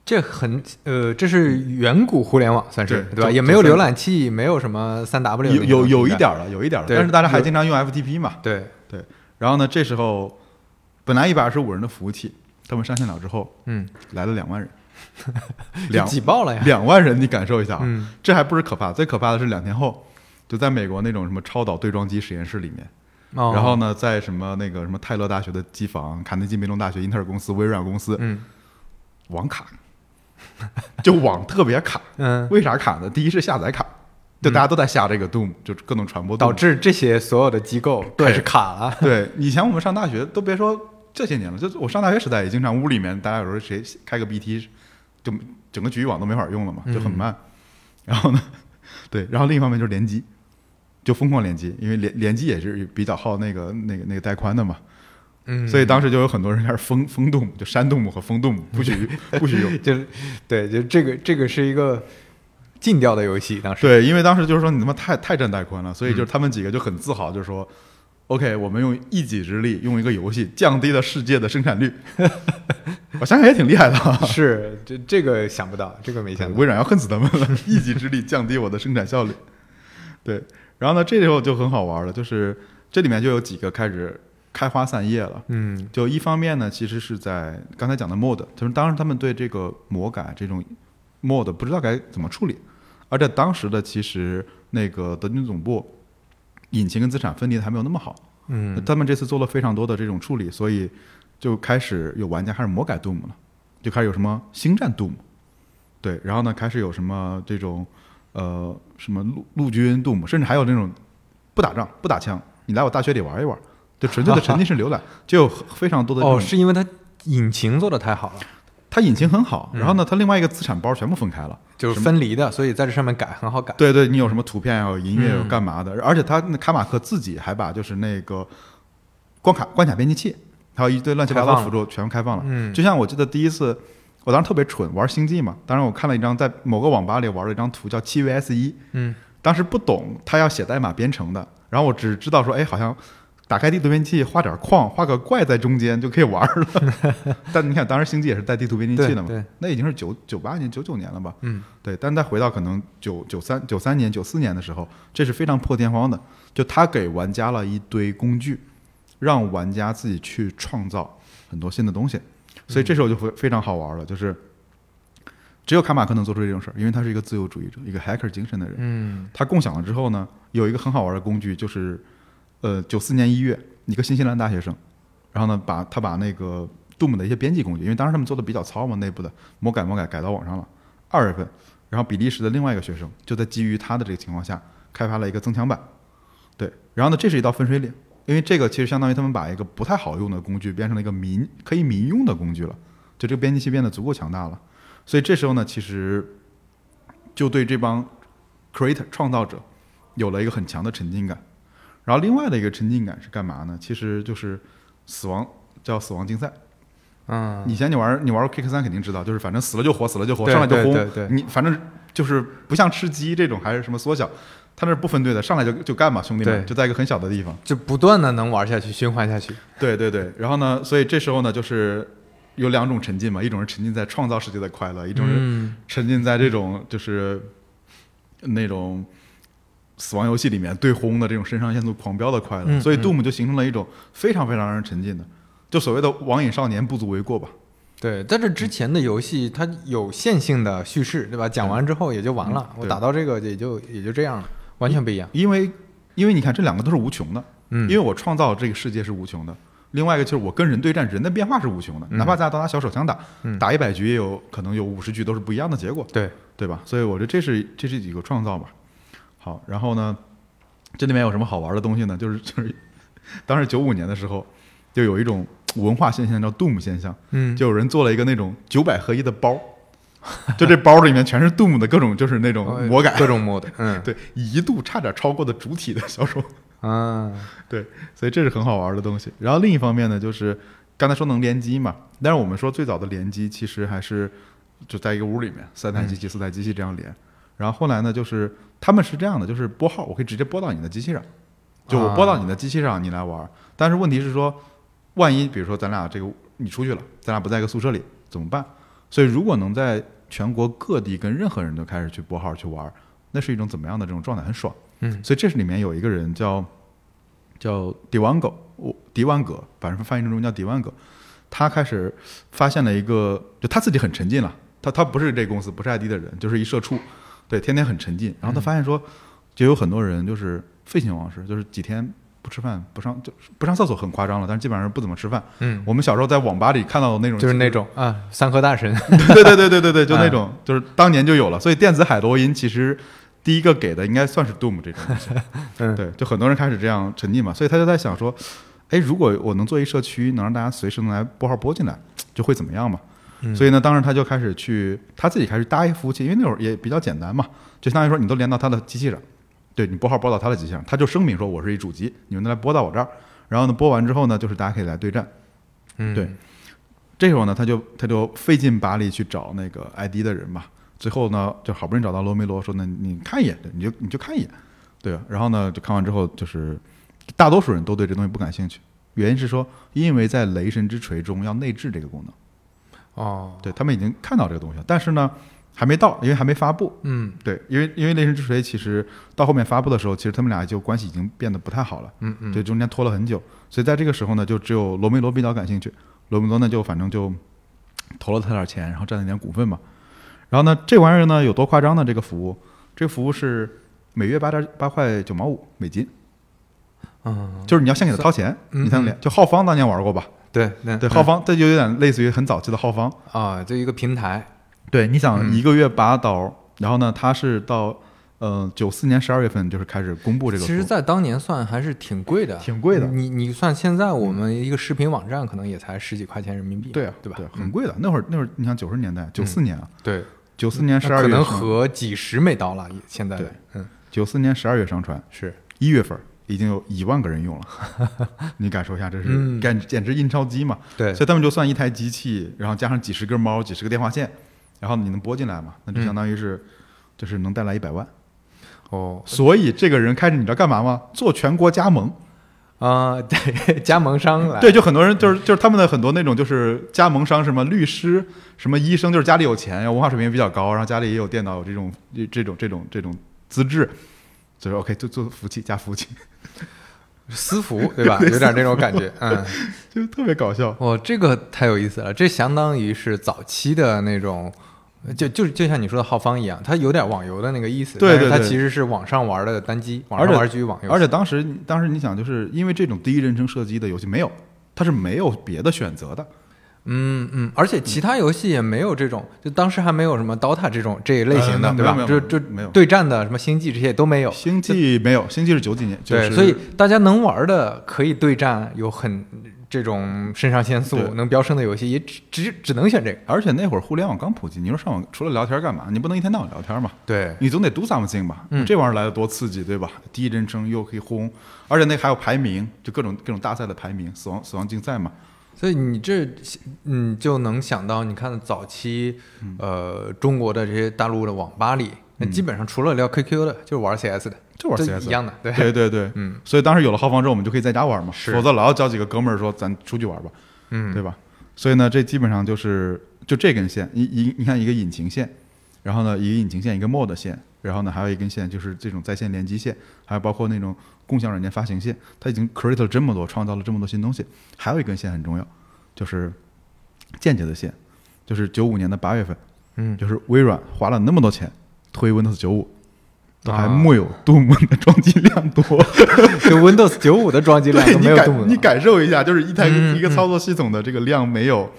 A: 这很呃，这是远古互联网算是
B: 嗯对
A: 对吧？
B: 就
A: 也没有
B: 就
A: 浏览器，没有什么三 W，
B: 有
A: 那种
B: 有有一
A: 应该
B: 点儿了，有一点儿了，
A: 对
B: 但是大家还
A: 有
B: 经常用 FTP 嘛。
A: 对，
B: 然后呢，这时候本来一百二十五人的服务器，他们上线了之后
A: 嗯，
B: 来了两万
A: (laughs)
B: 人，
A: 就
B: 两
A: 挤爆了呀，
B: 两万人，你感受一下啊！
A: 嗯，
B: 这还不是可怕，最可怕的是两天后，就在美国那种什么超导对撞机实验室里面，
A: 哦
B: 然后呢，在什么那个什么泰勒大学的机房、卡内基梅隆大学、英特尔公司、微软公司，
A: 嗯
B: 网卡，就网特别卡。
A: 嗯，
B: 为啥卡呢？第一是下载卡，就大家都在下这个 Doom，、就是各种传播 Doom
A: 导致这些所有的机构
B: 对
A: 开始卡了，
B: 对，以前我们上大学都别说这些年了，就是我上大学时代也经常屋里面大家有时候谁开个 BT，就整个局域网都没法用了嘛，就很慢。然后呢，对，然后另一方面就是联机，就疯狂联机，因为联联机也是比较耗那个那个那个带宽的嘛，
A: 嗯，
B: 所以当时就有很多人开始封封动，就删动和封动，不许不
A: (laughs)
B: 许用。
A: 就是对，就这个这个是一个禁掉的游戏，
B: (laughs)
A: 当时
B: 对，因为当时就是说你他妈太太占带宽了，所以就是他们几个就很自豪，就说、o k 我们用一己之力用一个游戏降低了世界的生产率。我想想也挺厉害的
A: (laughs)
B: 啊，
A: 是这这个想不到，这个没想到，
B: 微软要恨死他们了，一己之力降低我的生产效率。对，然后呢，这时候就很好玩了，就是这里面就有几个开始开花散叶了。
A: 嗯
B: 就一方面呢，其实是在刚才讲的 mod，就是当时他们对这个魔改这种 mod 不知道该怎么处理，而在当时的其实那个德军总部引擎跟资产分离的还没有那么好，
A: 嗯
B: 他们这次做了非常多的这种处理，所以就开始有玩家开始魔改 Doom 了，就开始有什么星战 Doom，对，然后呢开始有什么这种呃什么陆陆军 Doom，甚至还有那种不打仗不打枪，你来我大学里玩一玩，就纯粹的沉浸式浏览，就有非常多的这种
A: 哦，是因为它引擎做的太好了，
B: 它引擎很好，
A: 嗯
B: 然后呢，它另外一个资产包全部分开了。
A: 就是分离的，所以在这上面改很好改，
B: 对对，你有什么图片啊，有音乐，
A: 嗯
B: 有干嘛的？而且它那卡马克自己还把就是那个关卡关卡编辑器，还有一堆乱七八糟
A: 开
B: 的
A: 放
B: 辅助全部开放了。
A: 嗯
B: 就像我记得第一次，我当时特别蠢，玩星际嘛，当时我看了一张在某个网吧里玩了一张图叫七 vs 一，
A: 嗯
B: 当时不懂他要写代码编程的，然后我只知道说，哎，好像打开地图编辑器画点框，画个怪在中间就可以玩了。
A: (laughs)
B: 但你看，当时星际也是带地图编辑器
A: 对
B: 的嘛，
A: 对，
B: 那已经是九九八年、九九年了吧？
A: 嗯
B: 对，但再回到可能九九三九三年、九四年的时候，这是非常破天荒的，就他给玩家了一堆工具，让玩家自己去创造很多新的东西，
A: 嗯
B: 所以这时候就非非常好玩了，就是只有卡马克能做出这种事儿，因为他是一个自由主义者，一个 hacker 精神的人。
A: 嗯
B: 他共享了之后呢，有一个很好玩的工具，就是呃，九四年一月，一个新西兰大学生，然后呢，把他把那个 Doom 的一些编辑工具，因为当时他们做的比较糙嘛，内部的魔改魔改改到网上了。二月份，然后比利时的另外一个学生就在基于他的这个情况下，开发了一个增强版。对，然后呢，这是一道分水岭，因为这个其实相当于他们把一个不太好用的工具变成了一个民可以民用的工具了，就这个编辑器变得足够强大了。所以这时候呢，其实就对这帮 creator 创造者有了一个很强的沉浸感。然后另外的一个沉浸感是干嘛呢？其实就是死亡叫死亡竞赛。
A: 嗯，
B: 以前你玩你玩过 Kick 三肯定知道，就是反正死了就活，死了就活，
A: 对
B: 上来就
A: 对
B: 轰，
A: 对对
B: 你反正就是不像吃鸡这种还是什么缩小，他那是不分队的，上来就就干吧，兄弟们，
A: 对
B: 就在一个很小的地方。
A: 就不断的能玩下去，循环下去。
B: 对对对，然后呢，所以这时候呢，就是有两种沉浸嘛，一种是沉浸在创造世界的快乐，一种是
A: 嗯，
B: 沉浸在这种就是那种死亡游戏里面对轰的这种肾上腺素狂飙的快乐。
A: 嗯
B: 所以
A: 嗯
B: Doom 就形成了一种非常非常让人沉浸的，就所谓的网瘾少年不足为过吧。
A: 对，在这之前的游戏它有线性的叙事，对吧？讲完之后也就完了，
B: 嗯
A: 我
B: 对
A: 打到这个也就也就这样了，完全不一样。
B: 因为因为你看这两个都是无穷的，
A: 嗯
B: 因为我创造这个世界是无穷的。另外一个就是我跟人对战，人的变化是无穷的，
A: 嗯
B: 哪怕咱俩都拿小手枪打，
A: 嗯
B: 打一百局也有可能有五十局都是不一样的结果，
A: 对，
B: 对吧？所以我觉得这是这是一个创造吧。好，然后呢，这里面有什么好玩的东西呢？就是 (laughs) 就是，当时九五年的时候，就有一种文化现象叫 Doom 现象，
A: 嗯，
B: 就有人做了一个那种九百合一
A: (laughs)
B: 的包，就这包里面全是 Doom 的各种就是那种魔改，
A: 呃各种魔改，嗯，
B: 对，一度差点超过的主体的销售，
A: 啊，
B: 所以这是很好玩的东西。然后另一方面呢，就是刚才说能联机嘛，但是我们说最早的联机其实还是就在一个屋里面，三台机器、四台机器这样连。然后后来呢，就是他们是这样的，就是拨号，我可以直接拨到你的机器上，就我拨到你的机器上，你来玩。但是问题是说，万一比如说咱俩这个你出去了，咱俩不在一个宿舍里怎么办？所以如果能在全国各地跟任何人都开始去拨号去玩，那是一种怎么样的这种状态？很爽。
A: 嗯，
B: 所以这是里面有一个人叫叫迪万狗，我迪万格，反正翻译成中文叫迪万格。他开始发现了一个，就他自己很沉浸了，他他不是这公司，不是 ID 的人，就是一社畜，对，天天很沉浸。
A: 嗯
B: 然后他发现说，就有很多人就是废寝忘食，就是几天不吃饭，不上就不上厕所，很夸张了，但是基本上不怎么吃饭。
A: 嗯，
B: 我们小时候在网吧里看到的那种，
A: 就是那种啊，三河大神，
B: (laughs) 对对对对对对，就那
A: 啊
B: 种，就是当年就有了。所以电子海洛因其实第一个给的应该算是 Doom 这种东西
A: (laughs) 嗯
B: 对，就很多人开始这样沉浸嘛，所以他就在想说，哎，如果我能做一社区，能让大家随时能来拨号拨进来，就会怎么样嘛？
A: 嗯
B: 所以呢，当时他就开始去他自己开始搭一服务器，因为那会儿也比较简单嘛，就相当于说你都连到他的机器上，对你拨号拨到他的机器上，他就声明说我是一主机，你们来拨到我这儿。然后呢，拨完之后呢，就是大家可以来对战。
A: 嗯，
B: 对这时候呢，他就他就费尽巴力去找那个 ID 的人嘛。最后呢，就好不容易找到罗梅罗，说那你看一眼，对你就你就看一眼，对啊。然后呢，就看完之后，就是大多数人都对这东西不感兴趣，原因是说，因为在《雷神之锤》中要内置这个功能，
A: 哦，
B: 对他们已经看到这个东西了，但是呢，还没到，因为还没发布。
A: 嗯
B: 对，因为因为《雷神之锤》其实到后面发布的时候，其实他们俩就关系已经变得不太好了。
A: 嗯嗯，
B: 对，中间拖了很久，所以在这个时候呢，就只有罗梅罗比较感兴趣，罗梅罗呢就反正就投了他点钱，然后占了点股份嘛。然后呢，这玩意儿呢有多夸张呢？这个服务，这个服务是每月八点八块九毛五美金，
A: 嗯，
B: 就是你要先给他掏钱，
A: 嗯
B: 你才能连。就浩方当年玩过吧？
A: 对，那
B: 对，
A: 嗯
B: 浩方这就有点类似于很早期的浩方。
A: 啊，就一个平台，
B: 对，你想
A: 嗯
B: 一个月八刀，然后呢，他是到呃九四年十二月份就是开始公布这个服
A: 其实，
B: 务，
A: 在当年算还是挺贵的，
B: 挺贵的
A: 你你算现在我们一个视频网站可能也才十几块钱人民币，
B: 对啊，
A: 对吧？嗯
B: 对，很贵的。那会儿那会儿你想九十年代，九四年啊，
A: 对，
B: 九四年十二
A: 嗯可
B: 月
A: 能
B: 份
A: 合几十美刀了，也现在
B: 对，
A: 嗯，
B: 九四年十二月上传，
A: 是，
B: 一月份已经有一万个人用了， (laughs) 你感受一下，这是
A: 嗯
B: 简简直印钞机嘛！
A: 对，
B: 所以他们就算一台机器，然后加上几十根猫、几十个电话线，然后你能拨进来嘛？
A: 嗯
B: 那就相当于是，就是能带来一百万。
A: 哦，
B: 所以这个人开始你知道干嘛吗？做全国加盟，
A: 啊， (laughs) 对，加盟商来，
B: 对，就很多人就是就是他们的很多那种就是加盟商，什么律师、什么医生，就是家里有钱，文化水平比较高，然后家里也有电脑，有这种这这种这种这种资质，就是 OK，就做服务器加服务器， (laughs)
A: 私服，对吧？有点这种感觉，嗯，
B: 就特别搞笑。
A: 哦，这个太有意思了，这相当于是早期的那种。就就就像你说的浩方一样，它有点网游的那个意思，
B: 对
A: 但是
B: 对
A: 它
B: 对
A: 其实是网上玩的单机，网
B: 而
A: 上
B: 且
A: 玩局网游，
B: 而且当时，当时你想，就是因为这种第一人称射击的游戏没有，它是没有别的选择的，
A: 嗯嗯，而且其他游戏也没有这种，就当时还没有什么 DOTA 这种这一类型的，
B: 呃
A: 对
B: 没
A: 吧？
B: 有没
A: 就
B: 有
A: 就
B: 没有
A: 对战的什么星际这些都没有。
B: 星际没有，星际是九几年，就是
A: 对，所以大家能玩的可以对战，有很这种肾上腺素
B: 对
A: 能飙升的游戏，也只只只能选这个。
B: 而且那会儿互联网刚普及，你说上网除了聊天干嘛？你不能一天到晚聊天嘛，
A: 对，
B: 你总得 do something 吧？
A: 嗯
B: 这玩意儿来的多刺激，对吧？第一人称又可以轰，而且那还有排名，就各种各种大赛的排名，死亡死亡竞赛嘛。
A: 所以你这，嗯，就能想到，你看早期，
B: 嗯
A: 呃，中国的这些大陆的网吧里，那基本上除了聊 QQ 的，就是玩 CS 的，
B: 就玩
A: 都
B: CS
A: 一样的，对，
B: 对对对，
A: 嗯，
B: 所以当时有了浩方之后，我们就可以在家玩嘛，
A: 是
B: 否则老要叫几个哥们儿说咱出去玩吧，
A: 嗯，
B: 对吧？所以呢，这基本上就是就这根线，一一你看一个引擎线，然后呢一个引擎线一个 mod 线，然后呢还有一根线就是这种在线联机线，还有包括那种共享软件发行线，它已经 create 了这么多，创造了这么多新东西。还有一根线很重要，就是间接的线，就是九五年的八月份，
A: 嗯，
B: 就是微软花了那么多钱推 Windows 九五。都还
A: 啊
B: 木有 Doom 的装机量多，
A: 就 Windows 九五的装机量
B: 对
A: 都
B: 你
A: 没有
B: 感
A: 动过
B: 你感受一下，就是一台
A: 嗯
B: 一个
A: 嗯
B: 操作系统的这个量没有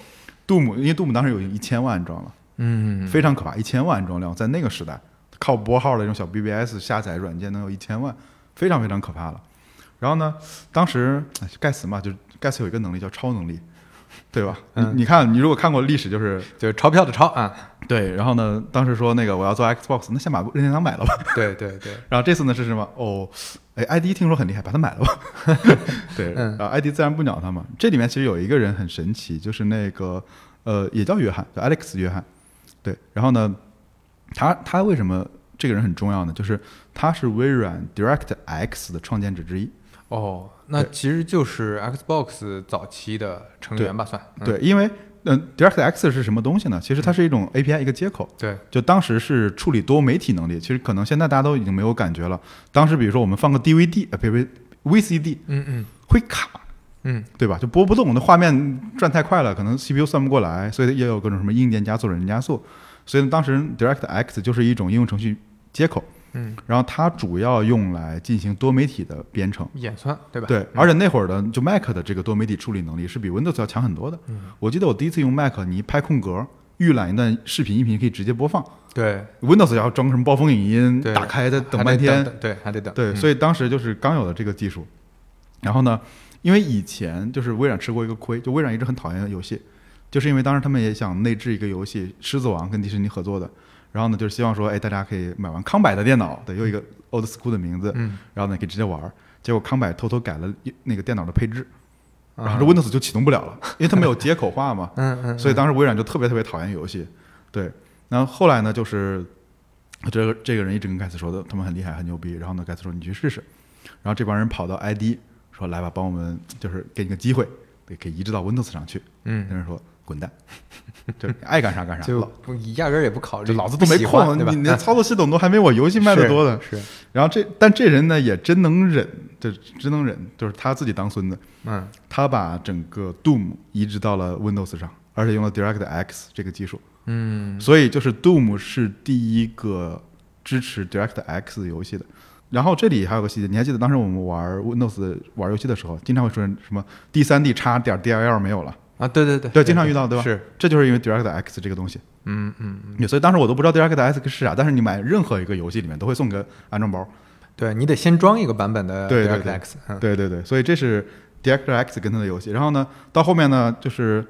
B: 杜姆，因为杜姆当时有一千万安装了，
A: 嗯，
B: 非常可怕，一千万安装量在那个时代，靠拨号的那种小 BBS 下载软件能有一千万，非常非常可怕了。然后呢，当时哎盖茨嘛，就是盖茨有一个能力叫超能力，对吧？你
A: 嗯
B: 你看，你如果看过历史，就是
A: 就是钞票的钞啊，
B: 对。然后呢，当时说那个我要做 Xbox，那先把任天堂买了吧。
A: 对对对，
B: 然后这次呢是什么？哦，哎，ID 听说很厉害，把它买
A: (laughs)
B: 了吧。对，
A: 嗯
B: 然后 ID 自然不鸟他嘛。这里面其实有一个人很神奇，就是那个呃，也叫约翰，叫 Alex 约翰。对，然后呢，他他为什么这个人很重要呢？就是他是微软 DirectX 的创建者之一。
A: 哦，那其实就是 Xbox 早期的成员吧，算，嗯
B: 对，因为嗯、d i r e c t x 是什么东西呢？其实它是一种 API，一个接口。
A: 对，
B: 就当时是处理多媒体能力，其实可能现在大家都已经没有感觉了。当时比如说我们放个 DVD，呃，别别 VCD
A: 嗯嗯
B: 会卡，
A: 嗯，
B: 对吧？就播不动，那画面转太快了，可能 CPU 算不过来，所以也有各种什么硬件加速、软件加速。所以呢，当时 DirectX 就是一种应用程序接口，
A: 嗯，
B: 然后它主要用来进行多媒体的编程。
A: 演算对吧？嗯
B: 对，而且那会儿的就 Mac 的这个多媒体处理能力是比 Windows 要强很多的。
A: 嗯
B: 我记得我第一次用 Mac，你一拍空格，预览一段视频、音频可以直接播放
A: 对，
B: ，Windows 要装什么暴风影音，
A: 对
B: 打开再
A: 还
B: 等
A: 得
B: 半天，
A: 等对，还得等，嗯
B: 对，所以当时就是刚有了这个技术，然后呢，因为以前就是微软吃过一个亏，就微软一直很讨厌游戏，就是因为当时他们也想内置一个游戏《狮子王》跟迪士尼合作的，然后呢，就是希望说，哎，大家可以买完康柏的电脑，对，有一个 old school 的名字，
A: 嗯，
B: 然后呢可以直接玩儿。结果康柏偷偷改了一那个电脑的配置，
A: 嗯，
B: 然后这 Windows 就启动不了了，因为它没有接口化嘛。
A: 嗯嗯，
B: 所以当时微软就特别特别讨厌游戏。对，然后后来呢，就是这个这个人一直跟盖茨说的，他们很厉害，很牛逼。然后呢，盖茨说你去试试。然后这帮人跑到 ID 说来吧，帮我们就是给你个机会，对，给移植到 Windows 上去。
A: 嗯
B: 那。人说滚蛋， (laughs) 就是爱干啥干啥，
A: 就
B: 老
A: 不压根儿也不考虑，
B: 就老子都没
A: 不喜欢
B: 空，
A: 对吧？嗯
B: 你连操作系统都还没我游戏卖的多呢。
A: 是， (laughs) 是
B: 然后这但这人呢也真能忍，就是真能忍，就是他自己当孙子。
A: 嗯，
B: 他把整个 Doom 移植到了 Windows 上，而且用了 DirectX 这个技术。
A: 嗯，
B: 所以就是 Doom 是第一个支持 DirectX 的游戏的。然后这里还有个细节，你还记得当时我们玩 Windows 玩游戏的时候，经常会出现什么第三 D 叉点 DLL 没有了，
A: 啊，对对对，
B: 对，经常遇到，对吧？
A: 是，
B: 这就是因为 DirectX 这个东西。
A: 嗯嗯，
B: 所以当时我都不知道 DirectX 是啥，但是你买任何一个游戏里面都会送个安装包。
A: 对你得先装一个版本的
B: 对对对
A: DirectX，嗯，
B: 对对对，所以这是 DirectX 跟它的游戏。然后呢，到后面呢，就是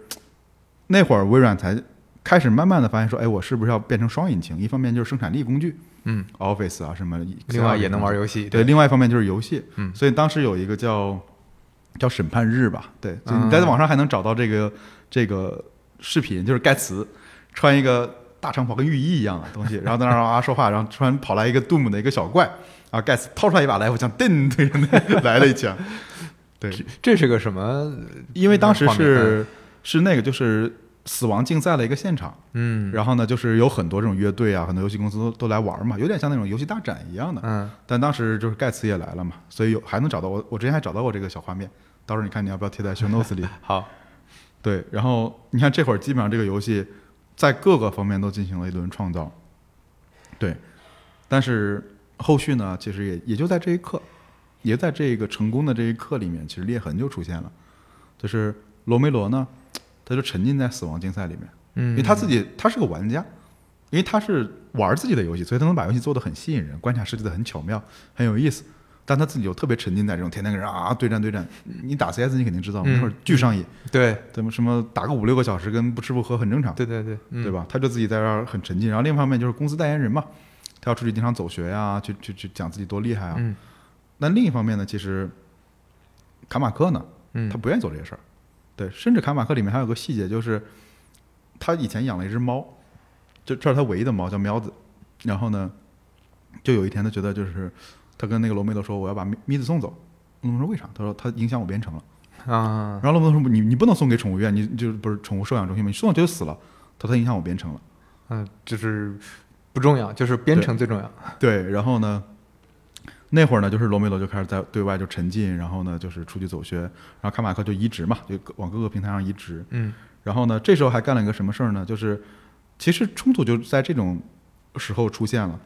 B: 那会儿微软才开始慢慢的发现说，哎，我是不是要变成双引擎？一方面就是生产力工具，
A: 嗯
B: ，Office 啊什么，
A: 另外也能玩。游戏，
B: 对，，另外一方面就是游戏。
A: 嗯
B: 所以当时有一个叫叫审判日吧，对，就
A: 嗯
B: 你在网上还能找到这个这个视频，就是盖茨穿一个大长袍跟浴衣一样的东西，然后在那儿啊说话，然后突然跑来一个杜姆的一个小怪，啊，盖茨掏出来一把来福枪，噔对 (laughs) 着那来了一枪，对，
A: 这是个什么？
B: 因为当时
A: 画面
B: 是是那个就是死亡竞赛的一个现场，
A: 嗯
B: 然后呢就是有很多这种乐队啊，很多游戏公司都都来玩嘛，有点像那种游戏大展一样的，
A: 嗯，
B: 但当时就是盖茨也来了嘛，所以有还能找到我，我之前还找到过这个小画面，到时候你看你要不要贴在 show notes 里？
A: 好，
B: 对，然后你看这会儿基本上这个游戏在各个方面都进行了一轮创造，对，但是后续呢，其实也也就在这一刻，也在这个成功的这一刻里面，其实裂痕就出现了，就是罗梅罗呢，他就沉浸在死亡竞赛里面，
A: 嗯，
B: 因为他自己他是个玩家，因为他是玩自己的游戏，所以他能把游戏做得很吸引人，关卡设计得很巧妙，很有意思。但他自己又特别沉浸在这种天天跟人啊对战对战，你打 CS 你肯定知道，
A: 嗯
B: 那会儿巨上瘾，
A: 对
B: 怎么什么打个五六个小时跟不吃不喝很正常，
A: 对对对，嗯
B: 对吧？他就自己在这儿很沉浸。然后另一方面就是公司代言人嘛，他要出去经常走学呀、去去去讲自己多厉害啊。
A: 嗯
B: 那另一方面呢，其实卡马克呢，
A: 嗯，
B: 他不愿意做这些事儿。对，甚至卡马克里面还有个细节，就是他以前养了一只猫，这这是他唯一的猫，叫喵子。然后呢，就有一天他觉得就是他跟那个罗梅罗说，我要把咪咪子送走。罗梅罗说为啥？他说他影响我编程了。
A: 啊，
B: 然后罗梅罗说你你不能送给宠物医院，你就是不是宠物收养中心吗？你送了就死了。他说他影响我编程了。
A: 嗯，就是不重要，就是编程最重要。
B: 对，然后呢，那会儿呢，就是罗梅罗就开始在对外就沉浸，然后呢，就是出去走学，然后卡马克就移植嘛，就各往各个平台上移植。
A: 嗯
B: 然后呢，这时候还干了一个什么事儿呢？就是其实冲突就在这种时候出现了。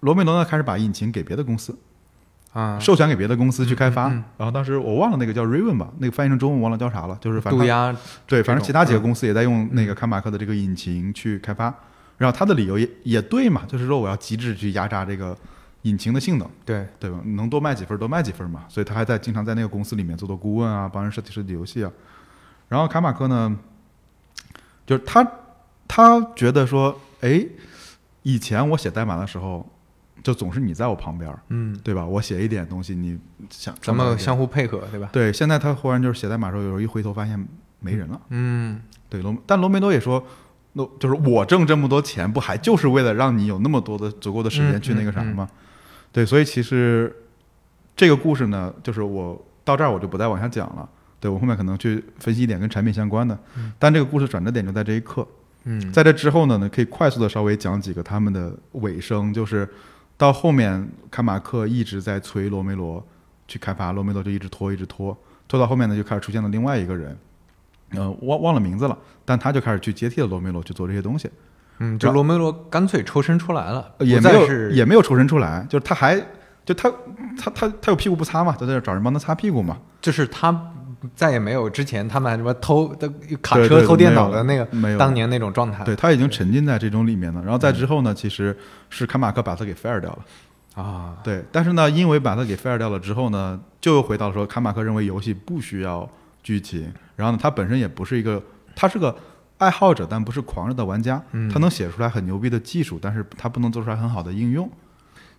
B: 罗梅罗呢开始把引擎给别的公司，
A: 啊，
B: 授权给别的公司去开发。
A: 嗯嗯嗯
B: 然后当时我忘了那个叫 Raven 吧，那个翻译成中文忘了叫啥了，就是反
A: 渡
B: 正
A: 鸦
B: 对，
A: 这
B: 反正
A: 种
B: 其他几个
A: 嗯
B: 公司也在用那个卡马克的这个引擎去开发，然后他的理由也也对嘛，就是说我要极致去压榨这个引擎的性能，
A: 对，
B: 对吧？能多卖几份儿多卖几份儿嘛，所以他还在经常在那个公司里面做做顾问啊，帮人设计设计游戏啊。然后卡马克呢，就是他他觉得说，哎，以前我写代码的时候，就总是你在我旁边儿，
A: 嗯，
B: 对吧？我写一点东西，你想
A: 咱
B: 想到一
A: 们
B: 点
A: 相互配合，对吧？
B: 对，现在他忽然就是写代码的时候，有时候一回头发现没人了。
A: 嗯，
B: 对罗，但罗梅多也说，那就是我挣这么多钱，不还就是为了让你有那么多的足够的时间
A: 嗯
B: 去那个啥
A: 嗯嗯
B: 吗？对，所以其实这个故事呢，就是我到这儿我就不再往下讲了。对我后面可能去分析一点跟产品相关的
A: 嗯，
B: 但这个故事转折点就在这一刻。
A: 嗯，
B: 在这之后呢，呢可以快速的稍微讲几个他们的尾声，就是到后面卡马克一直在催罗梅罗去开发，罗梅罗就一直拖，一直拖，拖到后面呢就开始出现了另外一个人，呃，忘忘了名字了，但他就开始去接替了罗梅罗去做这些东西，
A: 嗯，就罗梅罗干脆抽身出来了，
B: 呃也
A: 不
B: 没
A: 再
B: 有
A: 是
B: 也没有抽身出来，就是他还就他他他他有屁股不擦嘛，他在这儿找人帮他擦屁股嘛，
A: 就是他再也没有之前他们什么偷的卡
B: 对
A: 车
B: 对
A: 偷电脑
B: 没有
A: 的那个
B: 没有
A: 当年那种状态。
B: 对他已经沉浸在这种里面了，然后在之后呢，其实是卡马克把他给 fire 掉了。
A: 啊，
B: 对，但是呢，因为把它给 fire 掉了之后呢，就又回到了说，卡马克认为游戏不需要剧情，然后呢，他本身也不是一个，他是个爱好者，但不是狂热的玩家，
A: 嗯
B: 他能写出来很牛逼的技术，但是他不能做出来很好的应用。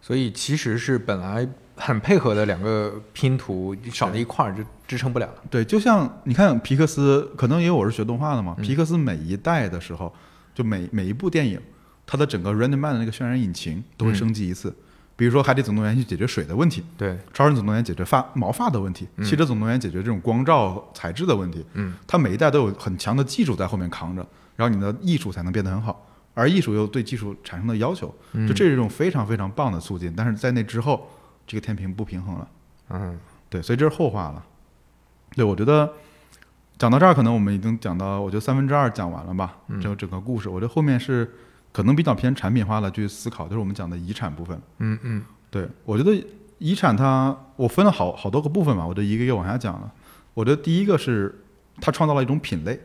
A: 所以其实是本来很配合的两个拼图少了一块儿就支撑不了了。
B: 对，就像你看皮克斯，可能因为我是学动画的嘛，皮克斯每一代的时候，就每每一部电影，它的整个 Random Man 的那个渲染引擎都会升级一次，比如说《海底总动员》去解决水的问题，
A: 对，
B: 超人总动员解决发毛发的问题，汽车总动员解决这种光照材质的问题。
A: 嗯，
B: 它每一代都有很强的技术在后面扛着，然后你的艺术才能变得很好，而艺术又对技术产生了要求，
A: 嗯
B: 就这是一种非常非常棒的促进。但是在那之后，这个天平不平衡了，
A: 嗯，
B: 对，所以这是后话了。对，我觉得讲到这儿，可能我们已经讲到，我觉得三分之二讲完了吧，这个整个故事，我觉得后面是可能比较偏产品化的去思考，就是我们讲的遗产部分。
A: 嗯嗯，
B: 对，我觉得遗产它我分了好好多个部分嘛，我就一个一个往下讲了。我觉得第一个是它创造了一种品类，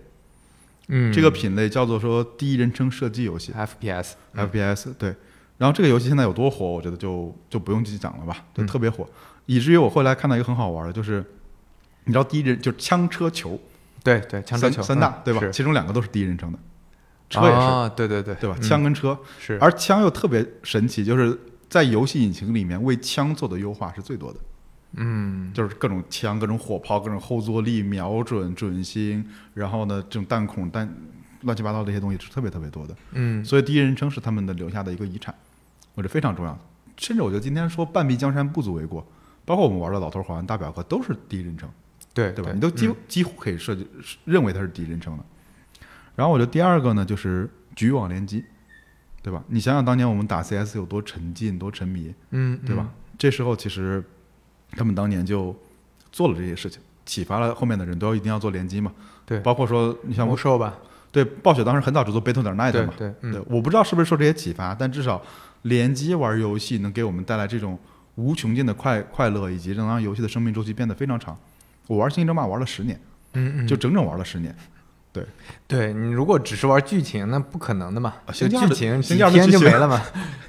A: 嗯，
B: 这个品类叫做说第一人称射击游戏
A: FPS，
B: FPS。对，然后这个游戏现在有多火，我觉得就就不用去讲了吧，就
A: 嗯
B: 特别火，以至于我后来看到一个很好玩的，就是你知道第一人就是枪车球
A: 对对，枪车
B: 三
A: 球
B: 三大、
A: 嗯
B: 对吧？
A: 是
B: 其中两个都是第一人称的，车也是、
A: 啊，对对对，
B: 对吧？
A: 嗯
B: 枪跟车，
A: 是
B: 而枪又特别神奇，就是在游戏引擎里面为枪做的优化是最多的。
A: 嗯
B: 就是各种枪、各种火炮、各种后坐力、瞄准、准心，然后呢，这种弹孔、弹乱七八糟这些东西是特别特别多的。
A: 嗯
B: 所以第一人称是他们的留下的一个遗产，我觉得非常重要。甚至我觉得今天说半壁江山不足为过，包括我们玩的老头环、大表哥都是第一人称，
A: 对嗯
B: 对吧？你都几乎几乎可以设计认为它是第一人称的。然后我觉得第二个呢，就是局域网联机，对吧？你想想当年我们打 CS 有多沉浸、多沉迷，
A: 嗯
B: 对吧？？这时候其实他们当年就做了这些事情，启发了后面的人都要一定要做联机嘛。
A: 对
B: 包括说你像
A: 魔兽吧，
B: 对暴雪当时很早就做 Battle Night
A: 对
B: 嘛，
A: 对嗯
B: 对，我不知道是不是受这些启发，但至少联机玩游戏能给我们带来这种无穷尽的快快乐，以及能让游戏的生命周期变得非常长。我玩《星际争霸》玩了十年，
A: 嗯嗯，
B: 就整整玩了十年。
A: 对你如果只是玩剧情，那不可能的嘛。
B: 啊
A: 就
B: 性价
A: 剧
B: 比
A: 情几
B: 性价比
A: 天
B: 剧
A: 就
B: 情
A: 没
B: (laughs)
A: 了嘛。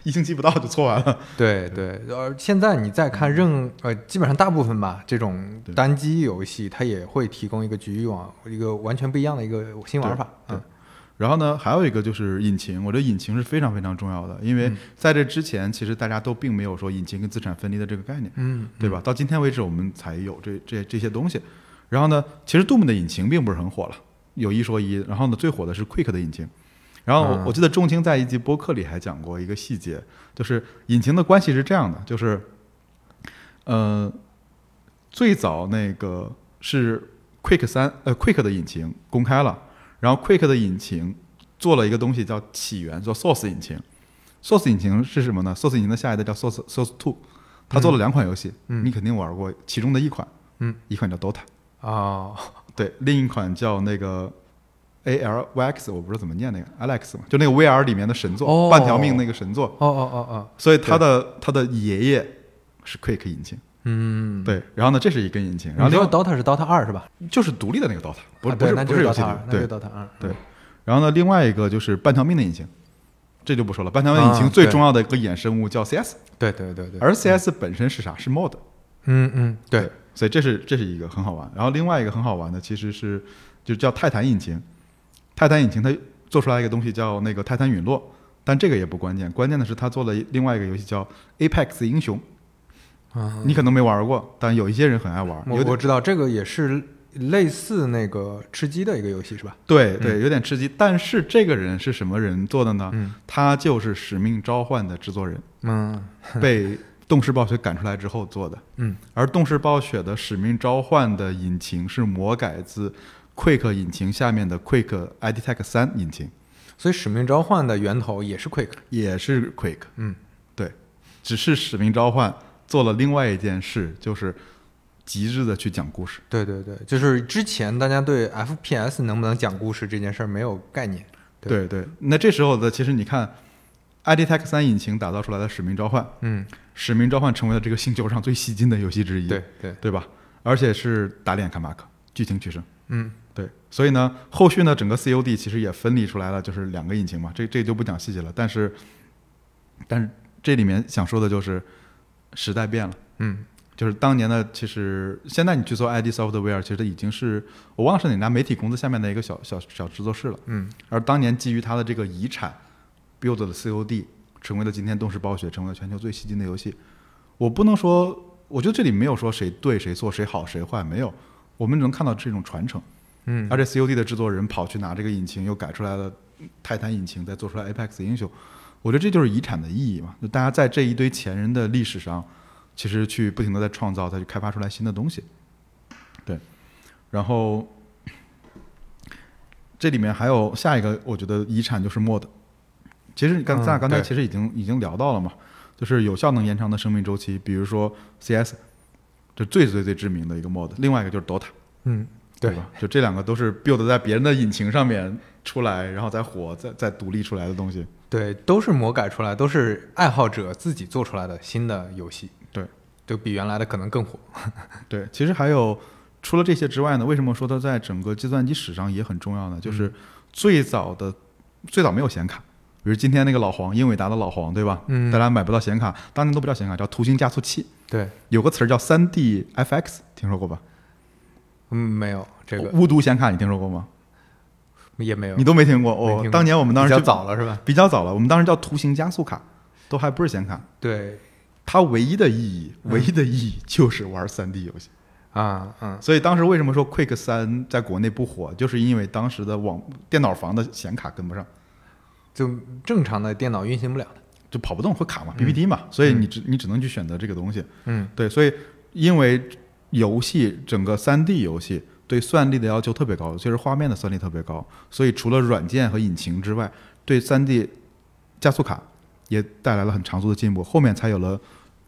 B: 一星期不到就搓完了。
A: 对对，而现在你再看任呃，基本上大部分吧，这种
B: 嗯对
A: 单机游戏它也会提供一个局域网，一个完全不一样的一个新玩法。
B: 对
A: 嗯，
B: 然后呢，还有一个就是引擎，我觉得引擎是非常非常重要的，因为
A: 嗯
B: 在这之前，其实大家都并没有说引擎跟资产分离的这个概念，
A: 嗯，
B: 对吧？到今天为止，我们才有这这这些东西。然后呢，其实 Doom 的引擎并不是很火了，有一说一。然后呢，最火的是 Quick 的引擎。然后我
A: 嗯
B: 我记得仲青在一集播客里还讲过一个细节，就是引擎的关系是这样的，就是，呃，最早那个是 Quick 三呃 Quick 的引擎公开了，然后 Quick 的引擎做了一个东西叫起源，叫 Source 引擎。Source 引擎是什么呢？Source 引擎的下一代叫 Source Source Two，它做了两款游戏，
A: 嗯
B: 你肯定玩过其中的一款，
A: 嗯，
B: 一款叫 Dota，
A: 哦，
B: 对，另一款叫那个 A L Y X，我不知道怎么念那个 Alex 嘛，就那个 VR 里面的神作，
A: 哦
B: 半条命那个神作，
A: 哦哦哦哦，
B: 所以他的他的爷爷是 Quick 引擎，
A: 嗯，。
B: 对，然后呢，这是一根引擎，然后
A: 你
B: 另
A: 说
B: 外
A: DOTA 是 DOTA 二是吧？
B: 就是独立的那个 Dota，不是、
A: 啊
B: 不
A: 对
B: 是
A: 那
B: 不
A: 就是
B: 游戏
A: DOTA
B: 里
A: 二，，那就
B: 对
A: 是嗯 DOTA 二。
B: 对然后呢，另外一个就是半条命的引擎，这就不说了。半条命引
A: 啊
B: 擎最
A: 对
B: 重要的一个衍生物叫 CS，、
A: 对对对对，
B: 而 CS 本身是啥？是 mod。
A: 嗯嗯，对，，
B: 所以这是这是一个很好玩。然后另外一个很好玩的其实是就叫泰坦引擎，泰坦引擎它做出来一个东西叫那个泰坦陨落，但这个也不关键，关键的是它做了另外一个游戏叫 Apex 英雄，
A: 啊，
B: 你可能没玩过，但有一些人很爱玩，有
A: 我
B: 点
A: 我知道这个也是类似那个吃鸡的一个游戏是吧？
B: 对对，有点吃鸡。但是这个人是什么人做的呢？
A: 嗯
B: 他就是《使命召唤》的制作人，
A: 嗯
B: 被动视暴雪赶出来之后做的。
A: 嗯，
B: 而动视暴雪的《使命召唤》的引擎是魔改自 Quick 引擎下面的 Quick ID Tech E 三引擎，
A: 所以使命召唤的源头也是 Quick。
B: 也是 Quick。
A: 嗯，
B: 对，只是《使命召唤》做了另外一件事，就是极致的去讲故事。
A: 对对对，就是之前大家对 FPS 能不能讲故事这件事儿没有概念。对
B: 对对，那这时候的其实你看，ID Tech E 三引擎打造出来的《使命召唤》，《
A: 嗯，
B: 使命召唤》成为了这个星球上最吸睛的游戏之一，
A: 对对，
B: 对吧？而且是打脸卡马克，剧情取胜。
A: 嗯
B: 对，所以呢，后续呢，整个 COD 其实也分离出来了，就是两个引擎嘛，这这就不讲细节了。但是，但是这里面想说的就是，时代变了，
A: 嗯
B: 就是当年的，其实现在你去做 ID Software，其实已经是我忘了是哪家媒体公司下面的一个小小小制作室了。
A: 嗯
B: 而当年基于它的这个遗产，build 了 COD，成为了今天动视暴雪成为了全球最吸睛的游戏。我不能说，我觉得这里没有说谁对谁错，谁好谁坏，没有，我们能看到这种传承。
A: 嗯，
B: 而且 COD 的制作人跑去拿这个引擎，又改出来了泰坦引擎，再做出来 Apex 英雄，我觉得这就是遗产的意义嘛。就大家在这一堆前人的历史上，其实去不停的在创造，再去开发出来新的东西。对，然后这里面还有下一个，我觉得遗产就是 mod。其实你刚
A: 嗯
B: 咱俩刚才
A: 对
B: 其实已经、已经聊到了嘛，就是有效能延长的生命周期，比如说 CS，这最最最知名的一个 mod，另外一个就是 DOTA。
A: 嗯
B: 对
A: 对，
B: 吧？就这两个都是 build 在别人的引擎上面出来，然后再火，再再独立出来的
A: (laughs)
B: 东西。
A: 对，都是魔改出来，都是爱好者自己做出来的新的游戏。
B: 对，
A: 就比原来的可能更火。
B: 对，其实还有除了这些之外呢，为什么说它在整个计算机史上也很重
A: 嗯
B: 要呢？就是最早的最早没有显卡，比如今天那个老黄，英伟达的老黄，对吧？
A: 嗯
B: 大家买不到显卡，当年都不叫显卡，叫图形加速器。
A: 对，
B: 有个词儿叫 3DFX，听说过吧？
A: 嗯，没有这个
B: 巫毒显卡，你听说过吗？
A: 也没有
B: 你，都没听过
A: 没听
B: 哦
A: 过。
B: 当年我们当
A: 比
B: 时
A: 较
B: 就
A: 早了是吧？
B: 比较早了，我们当时叫图形加速卡，都还不是显卡。
A: 对
B: 它唯一的意义，唯一的意义就是玩3 D 游戏。
A: 啊嗯
B: 所以当时为什么说 Quick 三在国内不火，就是因为当时的网电脑房的显卡跟不上，
A: 就正常的电脑运行不了的。
B: 就跑不动，会卡嘛，PPT 嘛，所以你只你只能去选择这个东西。
A: 嗯
B: 对，所以因为游戏整个3 D 游戏对算力的要求特别高，尤其是画面的算力特别高，所以除了软件和引擎之外，对3 D 加速卡也带来了很长足的进步，后面才有了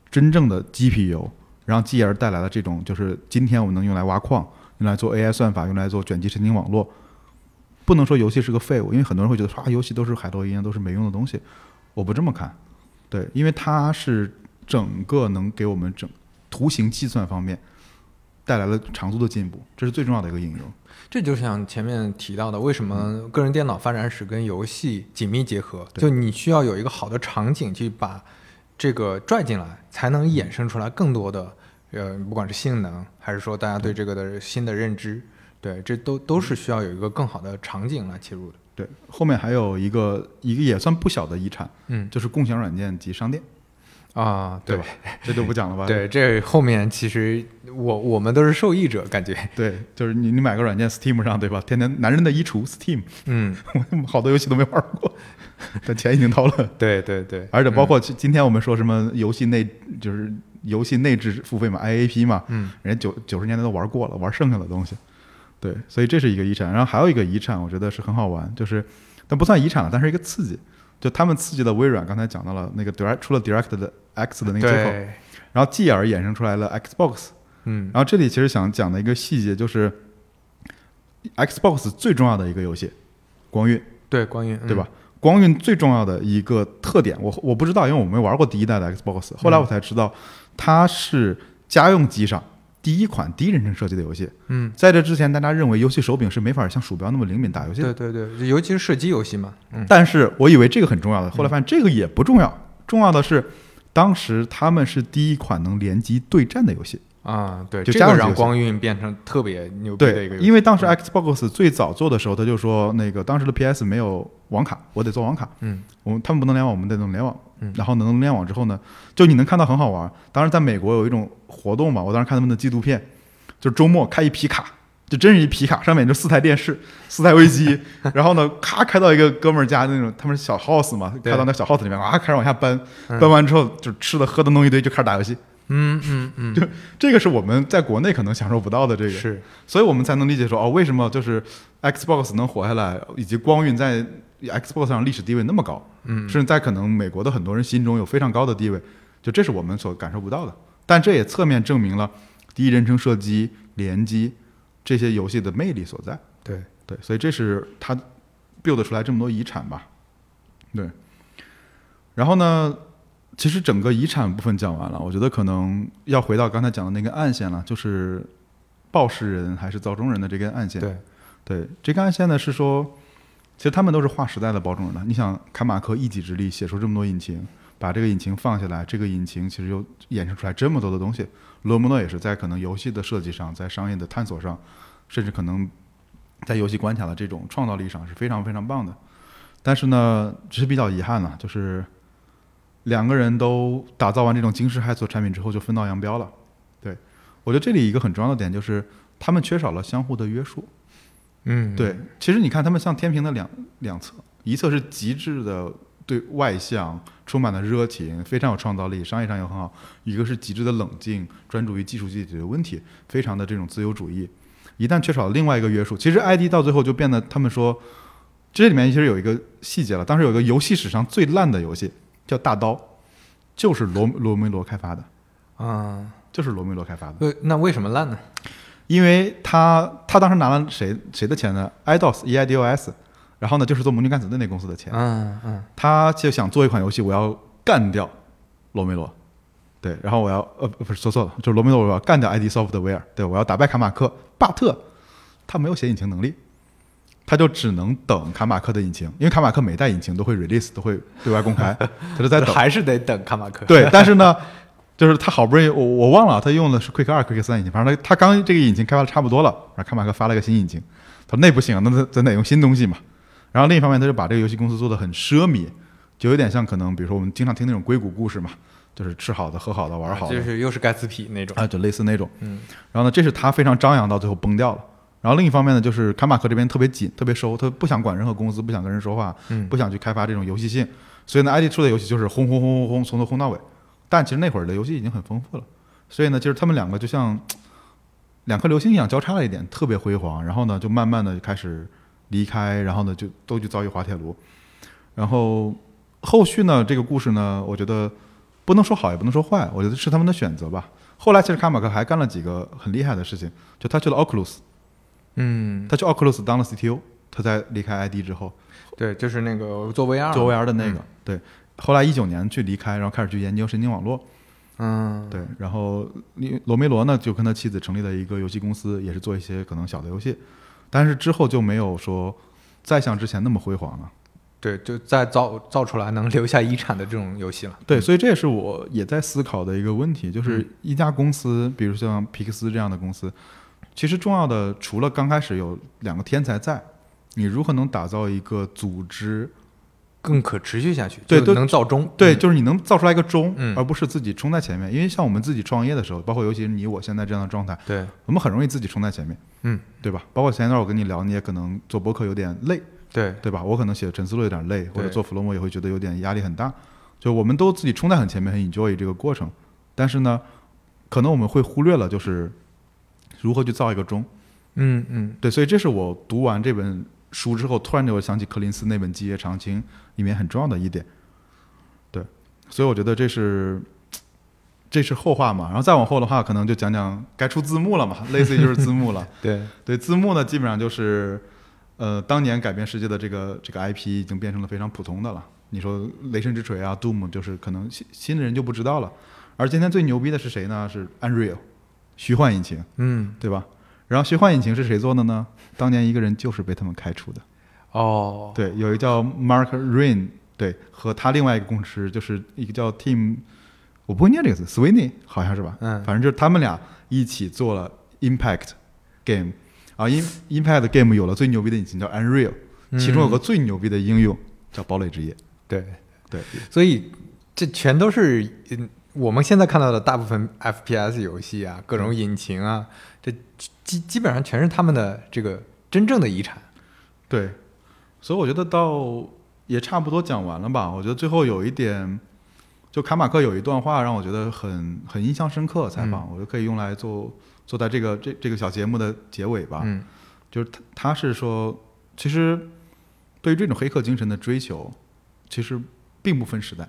B: 真正的 GPU，然后继而带来了这种就是今天我们能用来挖矿、用来做 AI 算法、用来做卷积神经网络。不能说游戏是个废物，因为很多人会觉得说啊，游戏都是海洛因，都是没用的东西。我不这么看，对，因为它是整个能给我们整图形计算方面带来了长足的进步，这是最重要的一个应用。
A: 这就像前面提到的，为什么
B: 嗯
A: 个人电脑发展史跟游戏紧密结合？就你需要有一个好的场景去把这个拽进来，才能衍生出来更多的呃，不管是性能还是说大家
B: 嗯
A: 对这个的新的认知，对，这都都是需要有一个更好的场景来切入的。
B: 对，后面还有一个一个也算不小的遗产，
A: 嗯
B: 就是共享软件及商店，
A: 啊，
B: 对吧？这就不讲了吧？
A: 对，这后面其实我我们都是受益者，感觉，
B: 对，就是你你买个软件 Steam 上对吧？天天男人的衣橱 Steam， (laughs)
A: 嗯，
B: 我好多游戏都没玩过， (laughs) 但钱已经掏了。
A: 对对对，
B: 而且包括今今天我们说什么游戏内就是游戏内置付费嘛，IAP 嘛，
A: 嗯，
B: 人家九九十年代都玩过了，玩剩下的东西。对，所以这是一个遗产。然后还有一个遗产，我觉得是很好玩，就是但不算遗产了，但是一个刺激。就他们刺激了微软，刚才讲到了那个 Direct 出了 Direct 的 X 的那个接口，
A: 对，
B: 然后继而衍生出来了 Xbox。
A: 嗯
B: 然后这里其实想讲的一个细节就是，Xbox 最重要的一个游戏《光晕》。
A: 对，光晕，嗯
B: 对吧？光晕最重要的一个特点，我我不知道，因为我没玩过第一代的 Xbox，后来我才知道它是家用机上第一款第一人称射击的游戏。
A: 嗯？嗯，
B: 在这之前，大家认为游戏手柄是没法像鼠标那么灵敏打游戏的，
A: 对对对，尤其是射击游戏嘛，嗯
B: 但是我以为这个很重要的，后来发现这个也不重要，重要的是。当时他们是第一款能联机对战的游戏，
A: 啊，对，
B: 就
A: 这
B: 家
A: 个
B: 用游
A: 让
B: 戏
A: 光晕变成特别牛逼的一
B: 对
A: 个，游戏，
B: 因为当时
A: 嗯
B: Xbox 最早做的时候，他就说那个当时的 PS 没有网卡，我得做网卡，
A: 嗯
B: 我们他们不能联网，我们得能联网。
A: 嗯
B: 然后能联网之后呢，就你能看到很好玩儿。当时在美国有一种活动嘛，我当时看他们的纪录片，就是周末开一皮卡，就真是一皮卡，上面就四台电视、 (laughs) 四台微机，然后呢，咔开到一个哥们儿家那种，他们是小 house 嘛，
A: 对
B: 开到那小 house 里面，啊，开始往下搬，
A: 嗯
B: 搬完之后就吃的喝的弄一堆，就开始打游戏。
A: 嗯嗯嗯，
B: 就这个是我们在国内可能享受不到的这个，
A: 是
B: 所以我们才能理解说哦，为什么就是 Xbox 能活下来，以及光晕在 Xbox 上历史地位那么高。
A: 嗯
B: 甚至在可能美国的很多人心中有非常高的地位，就这是我们所感受不到的。但这也侧面证明了第一人称射击、联机这些游戏的魅力所在。
A: 对，
B: 对，所以这是它 build 出来这么多遗产吧。对，然后呢，其实整个遗产部分讲完了，我觉得可能要回到刚才讲的那根暗线了，就是报时人还是造钟人的这根暗线。
A: 对，
B: 对，这根暗线呢是说，其实他们都是划时代的包装人了。你想，卡马克一己之力写出这么多引擎，把这个引擎放下来，这个引擎其实又衍生出来这么多的东西。罗摩诺也是在可能游戏的设计上，在商业的探索上，甚至可能在游戏关卡的这种创造力上是非常非常棒的。但是呢，只是比较遗憾了，就是两个人都打造完这种惊世骇俗的产品之后，就分道扬镳了。对我觉得这里一个很重要的点就是，他们缺少了相互的约束。
A: 嗯
B: 对，其实你看他们像天平的两两侧，一侧是极致的对外向，充满了热情，非常有创造力，商业上也很好；一个是极致的冷静，专注于技术解决问题，非常的这种自由主义。一旦缺少了另外一个约束，其实 ID 到最后就变得，他们说这里面其实有一个细节了，当时有一个游戏史上最烂的游戏叫《大刀》，就是罗罗梅罗开发的，
A: 啊，
B: 就是罗梅罗开发的。
A: 呃那为什么烂呢？
B: 因为他他当时拿了谁谁的钱呢？IDOS E I D O S，然后呢就是做模拟敢死队那公司的钱，
A: 嗯嗯
B: 他就想做一款游戏，我要干掉罗梅罗，对，然后我要呃不不是说错了，就是罗梅罗我要干掉 ID Software，对我要打败卡马克，巴特他没有写引擎能力，他就只能等卡马克的引擎，因为卡马克每代引擎都会 release 都会对外公开，他就在等。
A: 还是得等卡马克，
B: (laughs) 对，但是呢，就是他好不容易，我我忘了他用的是 Quick 二、Quick 三引擎，反正他他刚这个引擎开发的差不多了，然后卡马克发了个新引擎，他说那不行啊，那咱咱得用新东西嘛。然后另一方面，他就把这个游戏公司做的很奢靡，就有点像可能比如说我们经常听那种硅谷故事嘛，就是吃好的、喝好的、玩好的，
A: 就是又是盖茨比那种，
B: 啊，就类似那种。
A: 啊嗯，
B: 然后呢，这是他非常张扬到最后崩掉了。然后另一方面呢，就是卡马克这边特别紧，特别收，他不想管任何公司，不想跟人说话，
A: 嗯
B: 不想去开发这种游戏性。所以呢，ID 出的游戏就是轰轰轰轰轰，从头轰到尾。但其实那会儿的游戏已经很丰富了，所以呢，就是他们两个就像嘖两颗流星一样交叉了一点，特别辉煌。然后呢，就慢慢的开始离开，然后呢，就都去遭遇滑铁卢。然后后续呢，这个故事呢，我觉得不能说好，也不能说坏，我觉得是他们的选择吧。后来其实卡马克还干了几个很厉害的事情，就他去了 Oculus，
A: 嗯，
B: 他去 Oculus 当了 CTO，他在离开 ID 之后
A: 对，就是那个做 VR
B: 做 VR 的那个，对，后来一九年去离开，然后开始去研究神经网络，
A: 嗯，
B: 对，然后利罗梅罗呢就跟他妻子成立了一个游戏公司，也是做一些可能小的游戏，但是之后就没有说再像之前那么辉煌了。
A: 对，就再造造出来能留下遗产的这种游戏了。嗯
B: 对，所以这也是我也在思考的一个问题，就是一家公司，比如像皮克斯这样的公司，其实重要的除了刚开始有两个天才在，你如何能打造一个组织？
A: 更可持续下去，
B: 对
A: 就
B: 都
A: 能造钟，
B: 对，
A: 嗯
B: 就是你能造出来一个钟，
A: 嗯
B: 而不是自己冲在前面。因为像我们自己创业的时候，包括尤其是你我现在这样的状态，
A: 对，
B: 我们很容易自己冲在前面，
A: 嗯，
B: 对吧？包括前一段我跟你聊，你也可能做博客有点累，
A: 对，
B: 对吧？我可能写陈思路有点累，或者
A: 对
B: 做弗洛姆也会觉得有点压力很大。就我们都自己冲在很前面，很 enjoy 这个过程，但是呢，可能我们会忽略了就是如何去造一个钟。
A: 嗯嗯，
B: 对，所以这是我读完这本书之后，突然就想起柯林斯那本《基业长青》里面很重要的一点。对，所以我觉得这是这是后话嘛。然后再往后的话，可能就讲讲该出字幕了嘛，类似于就是字幕了。
A: 对，
B: 对，字幕呢，基本上就是，呃，当年改变世界的这个这个 IP 已经变成了非常普通的了。你说《雷神之锤》啊，《Doom》，就是可能新新的人就不知道了。而今天最牛逼的是谁呢？是 Unreal，虚幻引擎，
A: 嗯，
B: 对吧？然后虚幻引擎是谁做的呢？当年一个人就是被他们开除的。
A: 哦，
B: 对，有一个叫 Mark Rain，对，和他另外一个工程师，就是一个叫 Tim，我不会念这个字，Sweeney 好像是吧？
A: 嗯
B: 反正就是他们俩一起做了 Impact Game，啊，In Impact Game 有了最牛逼的引擎叫 Unreal，
A: 嗯
B: 其中有个最牛逼的应用叫堡垒之夜。
A: 对，
B: 对，
A: 所以这全都是嗯我们现在看到的大部分 FPS 游戏啊，各种引擎啊，这基基本上全是他们的这个真正的遗产。
B: 对，所以我觉得到也差不多讲完了吧。我觉得最后有一点，就卡马克有一段话让我觉得很很印象深刻，采访、我觉得可以用来做做在这个这这个小节目的结尾吧。
A: 嗯
B: 就是他他是说，其实对于这种黑客精神的追求，其实并不分时代，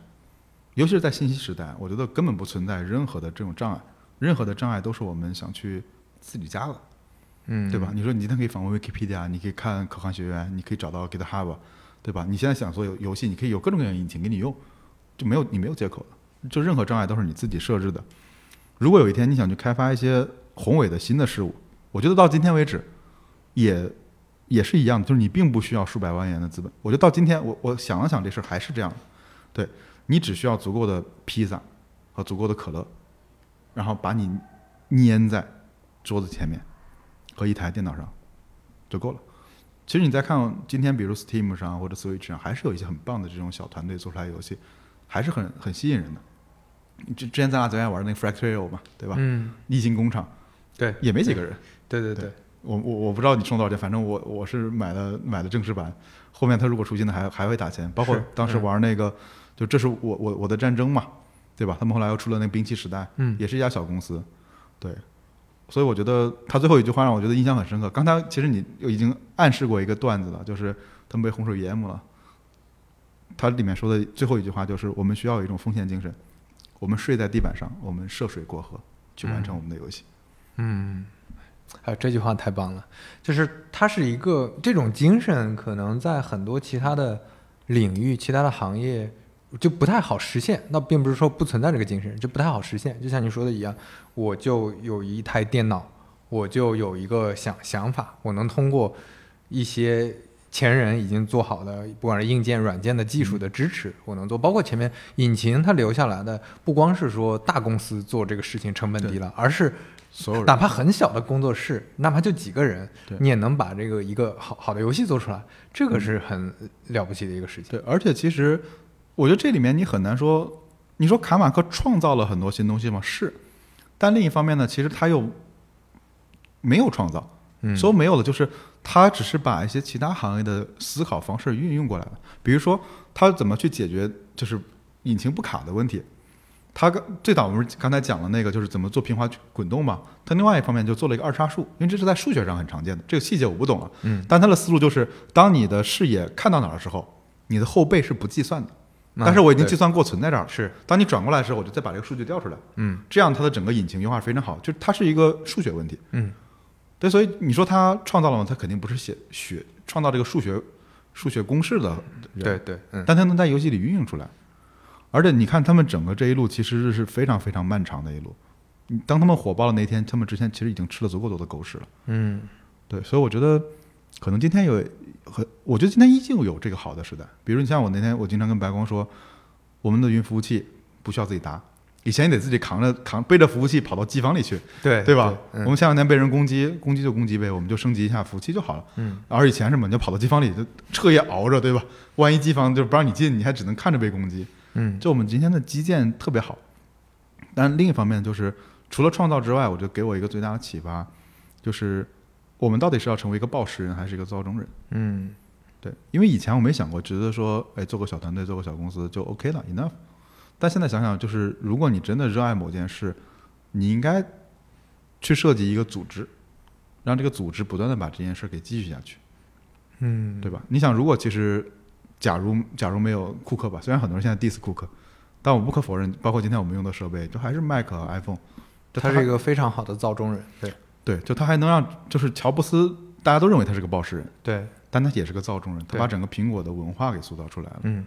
B: 尤其是在信息时代，我觉得根本不存在任何的这种障碍，任何的障碍都是我们想去自己加的。
A: 嗯，
B: 对吧？？你说你今天可以访问 Wikipedia，你可以看可汗学院，你可以找到 GitHub，对吧？你现在想做游游戏，你可以有各种各样的引擎给你用，就没有你没有借口了，就任何障碍都是你自己设置的。如果有一天你想去开发一些宏伟的新的事物，我觉得到今天为止也也是一样的，就是你并不需要数百万元的资本。我觉得到今天，我我想了想这事儿还是这样的，对你只需要足够的披萨和足够的可乐，然后把你粘在桌子前面。和一台电脑上就够了。其实你再看今天，比如 Steam 上或者 Switch 上，还是有一些很棒的这种小团队做出来的游戏，还是很很吸引人的。之之前咱俩最爱玩那个 Fractal 嘛，对吧？
A: 嗯，
B: 立新工厂
A: 对，
B: 也没几个人。
A: 对对对
B: 对，我我我不知道你充多少钱，反正我我是买了买了正式版，后面它如果出新的还还会打钱，包括
A: 是
B: 当时
A: 嗯
B: 玩那个，就这是我我我的战争嘛，对吧？他们后来又出了那个兵器时代，
A: 嗯
B: 也是一家小公司，对，所以我觉得他最后一句话让我觉得印象很深刻。刚才其实你已经暗示过一个段子了，就是他们被洪水淹没了。它里面说的最后一句话就是：我们需要有一种风险精神，我们睡在地板上，我们涉水过河，去完成我们的游戏。
A: 嗯，哎，这句话太棒了，就是它是一个这种精神，可能在很多其他的领域、其他的行业就不太好实现。那并不是说不存在这个精神，就不太好实现。就像你说的一样，我就有一台电脑，我就有一个想想法，我能通过一些。前人已经做好的，不管是硬件、软件的技术的支持，我能做。包括前面引擎它留下来的，不光是说大公司做这个事情成本低了，而是
B: 所有人
A: 哪怕很小的工作室，哪怕就几个人
B: 对，
A: 你也能把这个一个好好的游戏做出来，这个
B: 嗯
A: 是很了不起的一个事情。
B: 对，而且其实我觉得这里面你很难说，你说卡马克创造了很多新东西吗？是，但另一方面呢，其实他又没有创造，
A: 嗯，
B: 说没有的就是他只是把一些其他行业的思考方式运用过来了，比如说他怎么去解决就是引擎不卡的问题。他刚最早我们刚才讲了那个，就是怎么做平滑滚动嘛。他另外一方面就做了一个二叉树，因为这是在数学上很常见的，这个细节我不懂了。
A: 嗯，
B: 但他的思路就是，当你的视野看到哪儿的时候，你的后背是不计算的。
A: 嗯
B: 但是我已经
A: 对
B: 计算过存在这儿了。
A: 是，
B: 当你转过来的时候，我就再把这个数据调出来。
A: 嗯
B: 这样它的整个引擎优化非常好，就是它是一个数学问题。
A: 嗯
B: 对，所以你说他创造了吗？他肯定不是写学创造这个数学数学公式的人，
A: 对对嗯
B: 但他能在游戏里运用出来。而且你看他们整个这一路其实是非常非常漫长的一路。嗯当他们火爆的那一天，他们之前其实已经吃了足够多的狗屎了。
A: 嗯，
B: 对，所以我觉得可能今天有很，我觉得今天依旧有这个好的时代。比如你像我那天，我经常跟白光说，我们的云服务器不需要自己搭，以前你得自己扛着扛背着服务器跑到机房里去，
A: 对
B: 对吧？
A: 嗯
B: 我们前两天被人攻击，攻击就攻击呗，我们就升级一下服务器就好了。
A: 嗯，
B: 而以前什么，你就跑到机房里就彻夜熬着，对吧？万一机房就不让你进，你还只能看着被攻击。
A: 嗯，
B: 就我们今天的基建特别好，但另一方面就是除了创造之外，我觉得给我一个最大的启发，就是我们到底是要成为一个暴食人还是一个造中人？
A: 嗯，
B: 对，因为以前我没想过，觉得说，哎，做个小团队，做个小公司就 OK 了，enough。但现在想想，就是如果你真的热爱某件事，你应该去设计一个组织，让这个组织不断的把这件事给继续下去。
A: 嗯，
B: 对吧？你想，如果其实假如假如没有库克吧，虽然很多人现在 diss 库克，但我不可否认，包括今天我们用的设备，就还是 Mac 和 iPhone，就
A: 他
B: 它
A: 是一个非常好的造中人，对
B: 对，就它还能让就是乔布斯，大家都认为他是个暴食人，
A: 对，
B: 但他也是个造中人，他
A: 对
B: 把整个苹果的文化给塑造出来了。
A: 嗯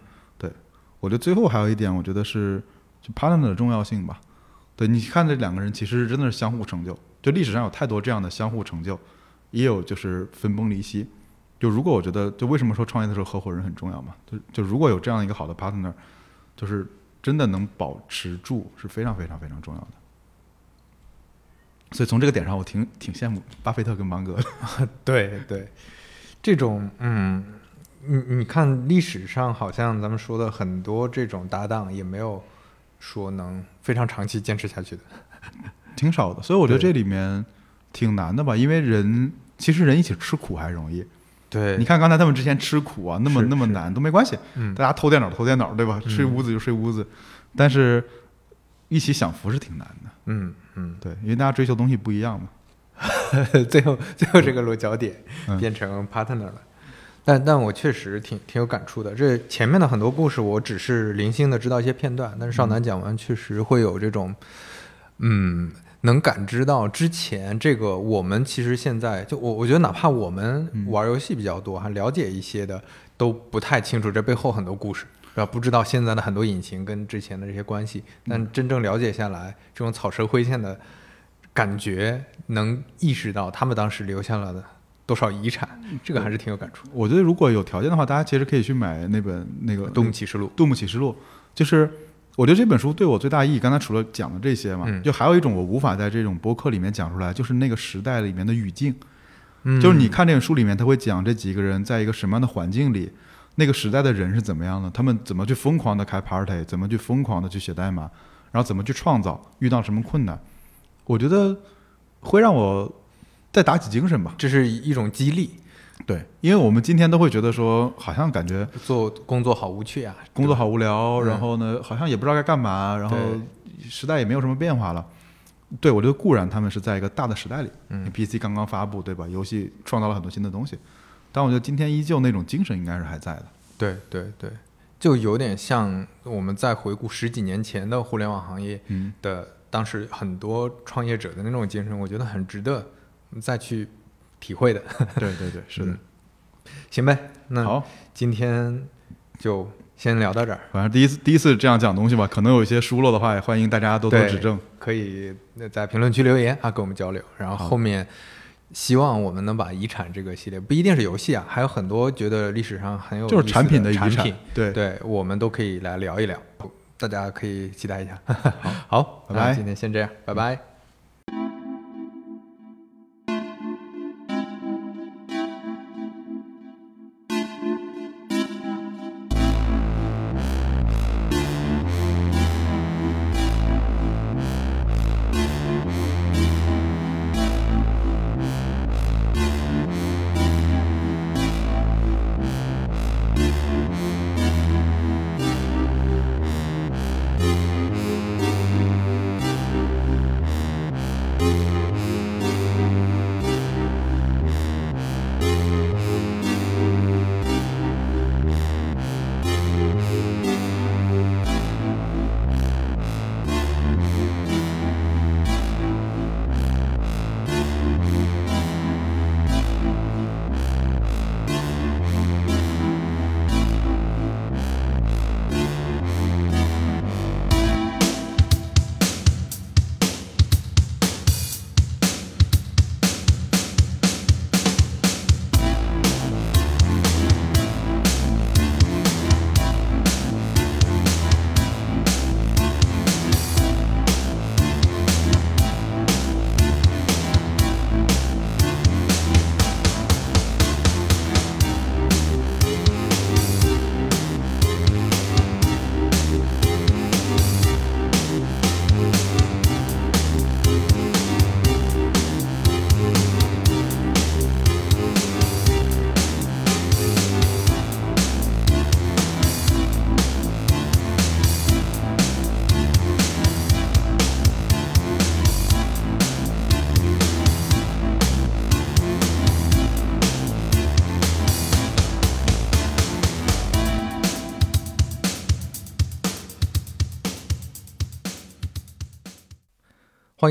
B: 我觉得最后还有一点，我觉得是就 partner 的重要性吧。对，你看这两个人其实真的是相互成就，就历史上有太多这样的相互成就，也有就是分崩离析。就如果我觉得，就为什么说创业的时候合伙人很重要嘛？就就如果有这样一个好的 partner，就是真的能保持住，是非常非常非常重要的。所以从这个点上，我挺挺羡慕巴菲特跟芒格的。
A: 对对，这种嗯，你你看历史上好像咱们说的很多这种搭档也没有说能非常长期坚持下去的，
B: 挺少的，所以我觉得
A: 对
B: 这里面挺难的吧，因为人其实人一起吃苦还容易，
A: 对
B: 你看刚才他们之前吃苦啊，那么
A: 是
B: 那么
A: 是
B: 难都没关系，
A: 嗯
B: 大家偷电脑偷电脑，对吧？
A: 嗯
B: 睡屋子就睡屋子，但是一起享福是挺难的，
A: 嗯嗯，
B: 对，因为大家追求东西不一样嘛。
A: (laughs) 最后最后这个落脚点
B: 嗯
A: 变成 partner 了。但但我确实挺挺有感触的。这前面的很多故事，我只是零星的知道一些片段，但是少南
B: 嗯
A: 讲完，确实会有这种，嗯，能感知到之前这个我们其实现在就我我觉得，哪怕我们
B: 嗯
A: 玩游戏比较多，还了解一些的，都不太清楚这背后很多故事，对吧？不知道现在的很多隐情跟之前的这些关系，
B: 嗯
A: 但真正了解下来，这种草蛇灰线的感觉，能意识到他们当时留下了的多少遗产，
B: 嗯
A: 这个还是挺有感触。
B: 我觉得如果有条件的话，大家其实可以去买那本那个
A: 《动物启示录》
B: 杜牧启示录》，就是我觉得这本书对我最大意义，刚才除了讲的这些嘛，
A: 嗯
B: 就还有一种我无法在这种博客里面讲出来，就是那个时代里面的语境。
A: 嗯，
B: 就是你看这本书里面，他会讲这几个人在一个什么样的环境里，那个时代的人是怎么样的，他们怎么去疯狂的开 party，怎么去疯狂的去写代码，然后怎么去创造，遇到什么困难，我觉得会让我再打起精神吧。
A: 这是一种激励，
B: 对，因为我们今天都会觉得说，好像感觉
A: 做工作好无趣啊，
B: 工作好无聊，
A: 嗯
B: 然后呢，好像也不知道该干嘛，然后时代也没有什么变化了。对，我觉得固然他们是在一个大的时代里，
A: 嗯
B: PC 刚刚发布，对吧？游戏创造了很多新的东西，但我觉得今天依旧那种精神应该是还在的。
A: 对对对，就有点像我们再回顾十几年前的互联网行业
B: 嗯，
A: 的当时很多创业者的那种精神，我觉得很值得再去体会的。
B: 嗯对对对，
A: (laughs)
B: 是的。
A: 行呗，嗯那
B: 好，
A: 今天就先聊到这儿。
B: 反正第一次第一次这样讲东西吧，可能有一些疏漏的话，也欢迎大家多多
A: 对
B: 指正。
A: 可以呃在评论区留言啊，跟我们交流。然后
B: 好
A: 后面希望我们能把遗产这个系列，不一定是游戏啊，还有很多觉得历史上很有
B: 就是
A: 意思
B: 产品的
A: 的
B: 遗
A: 产
B: 产
A: 品，
B: 对
A: 对，我们都可以来聊一聊，大家可以期待一下。好， (laughs) 好，
B: 拜拜
A: 今天先这样，拜拜。欢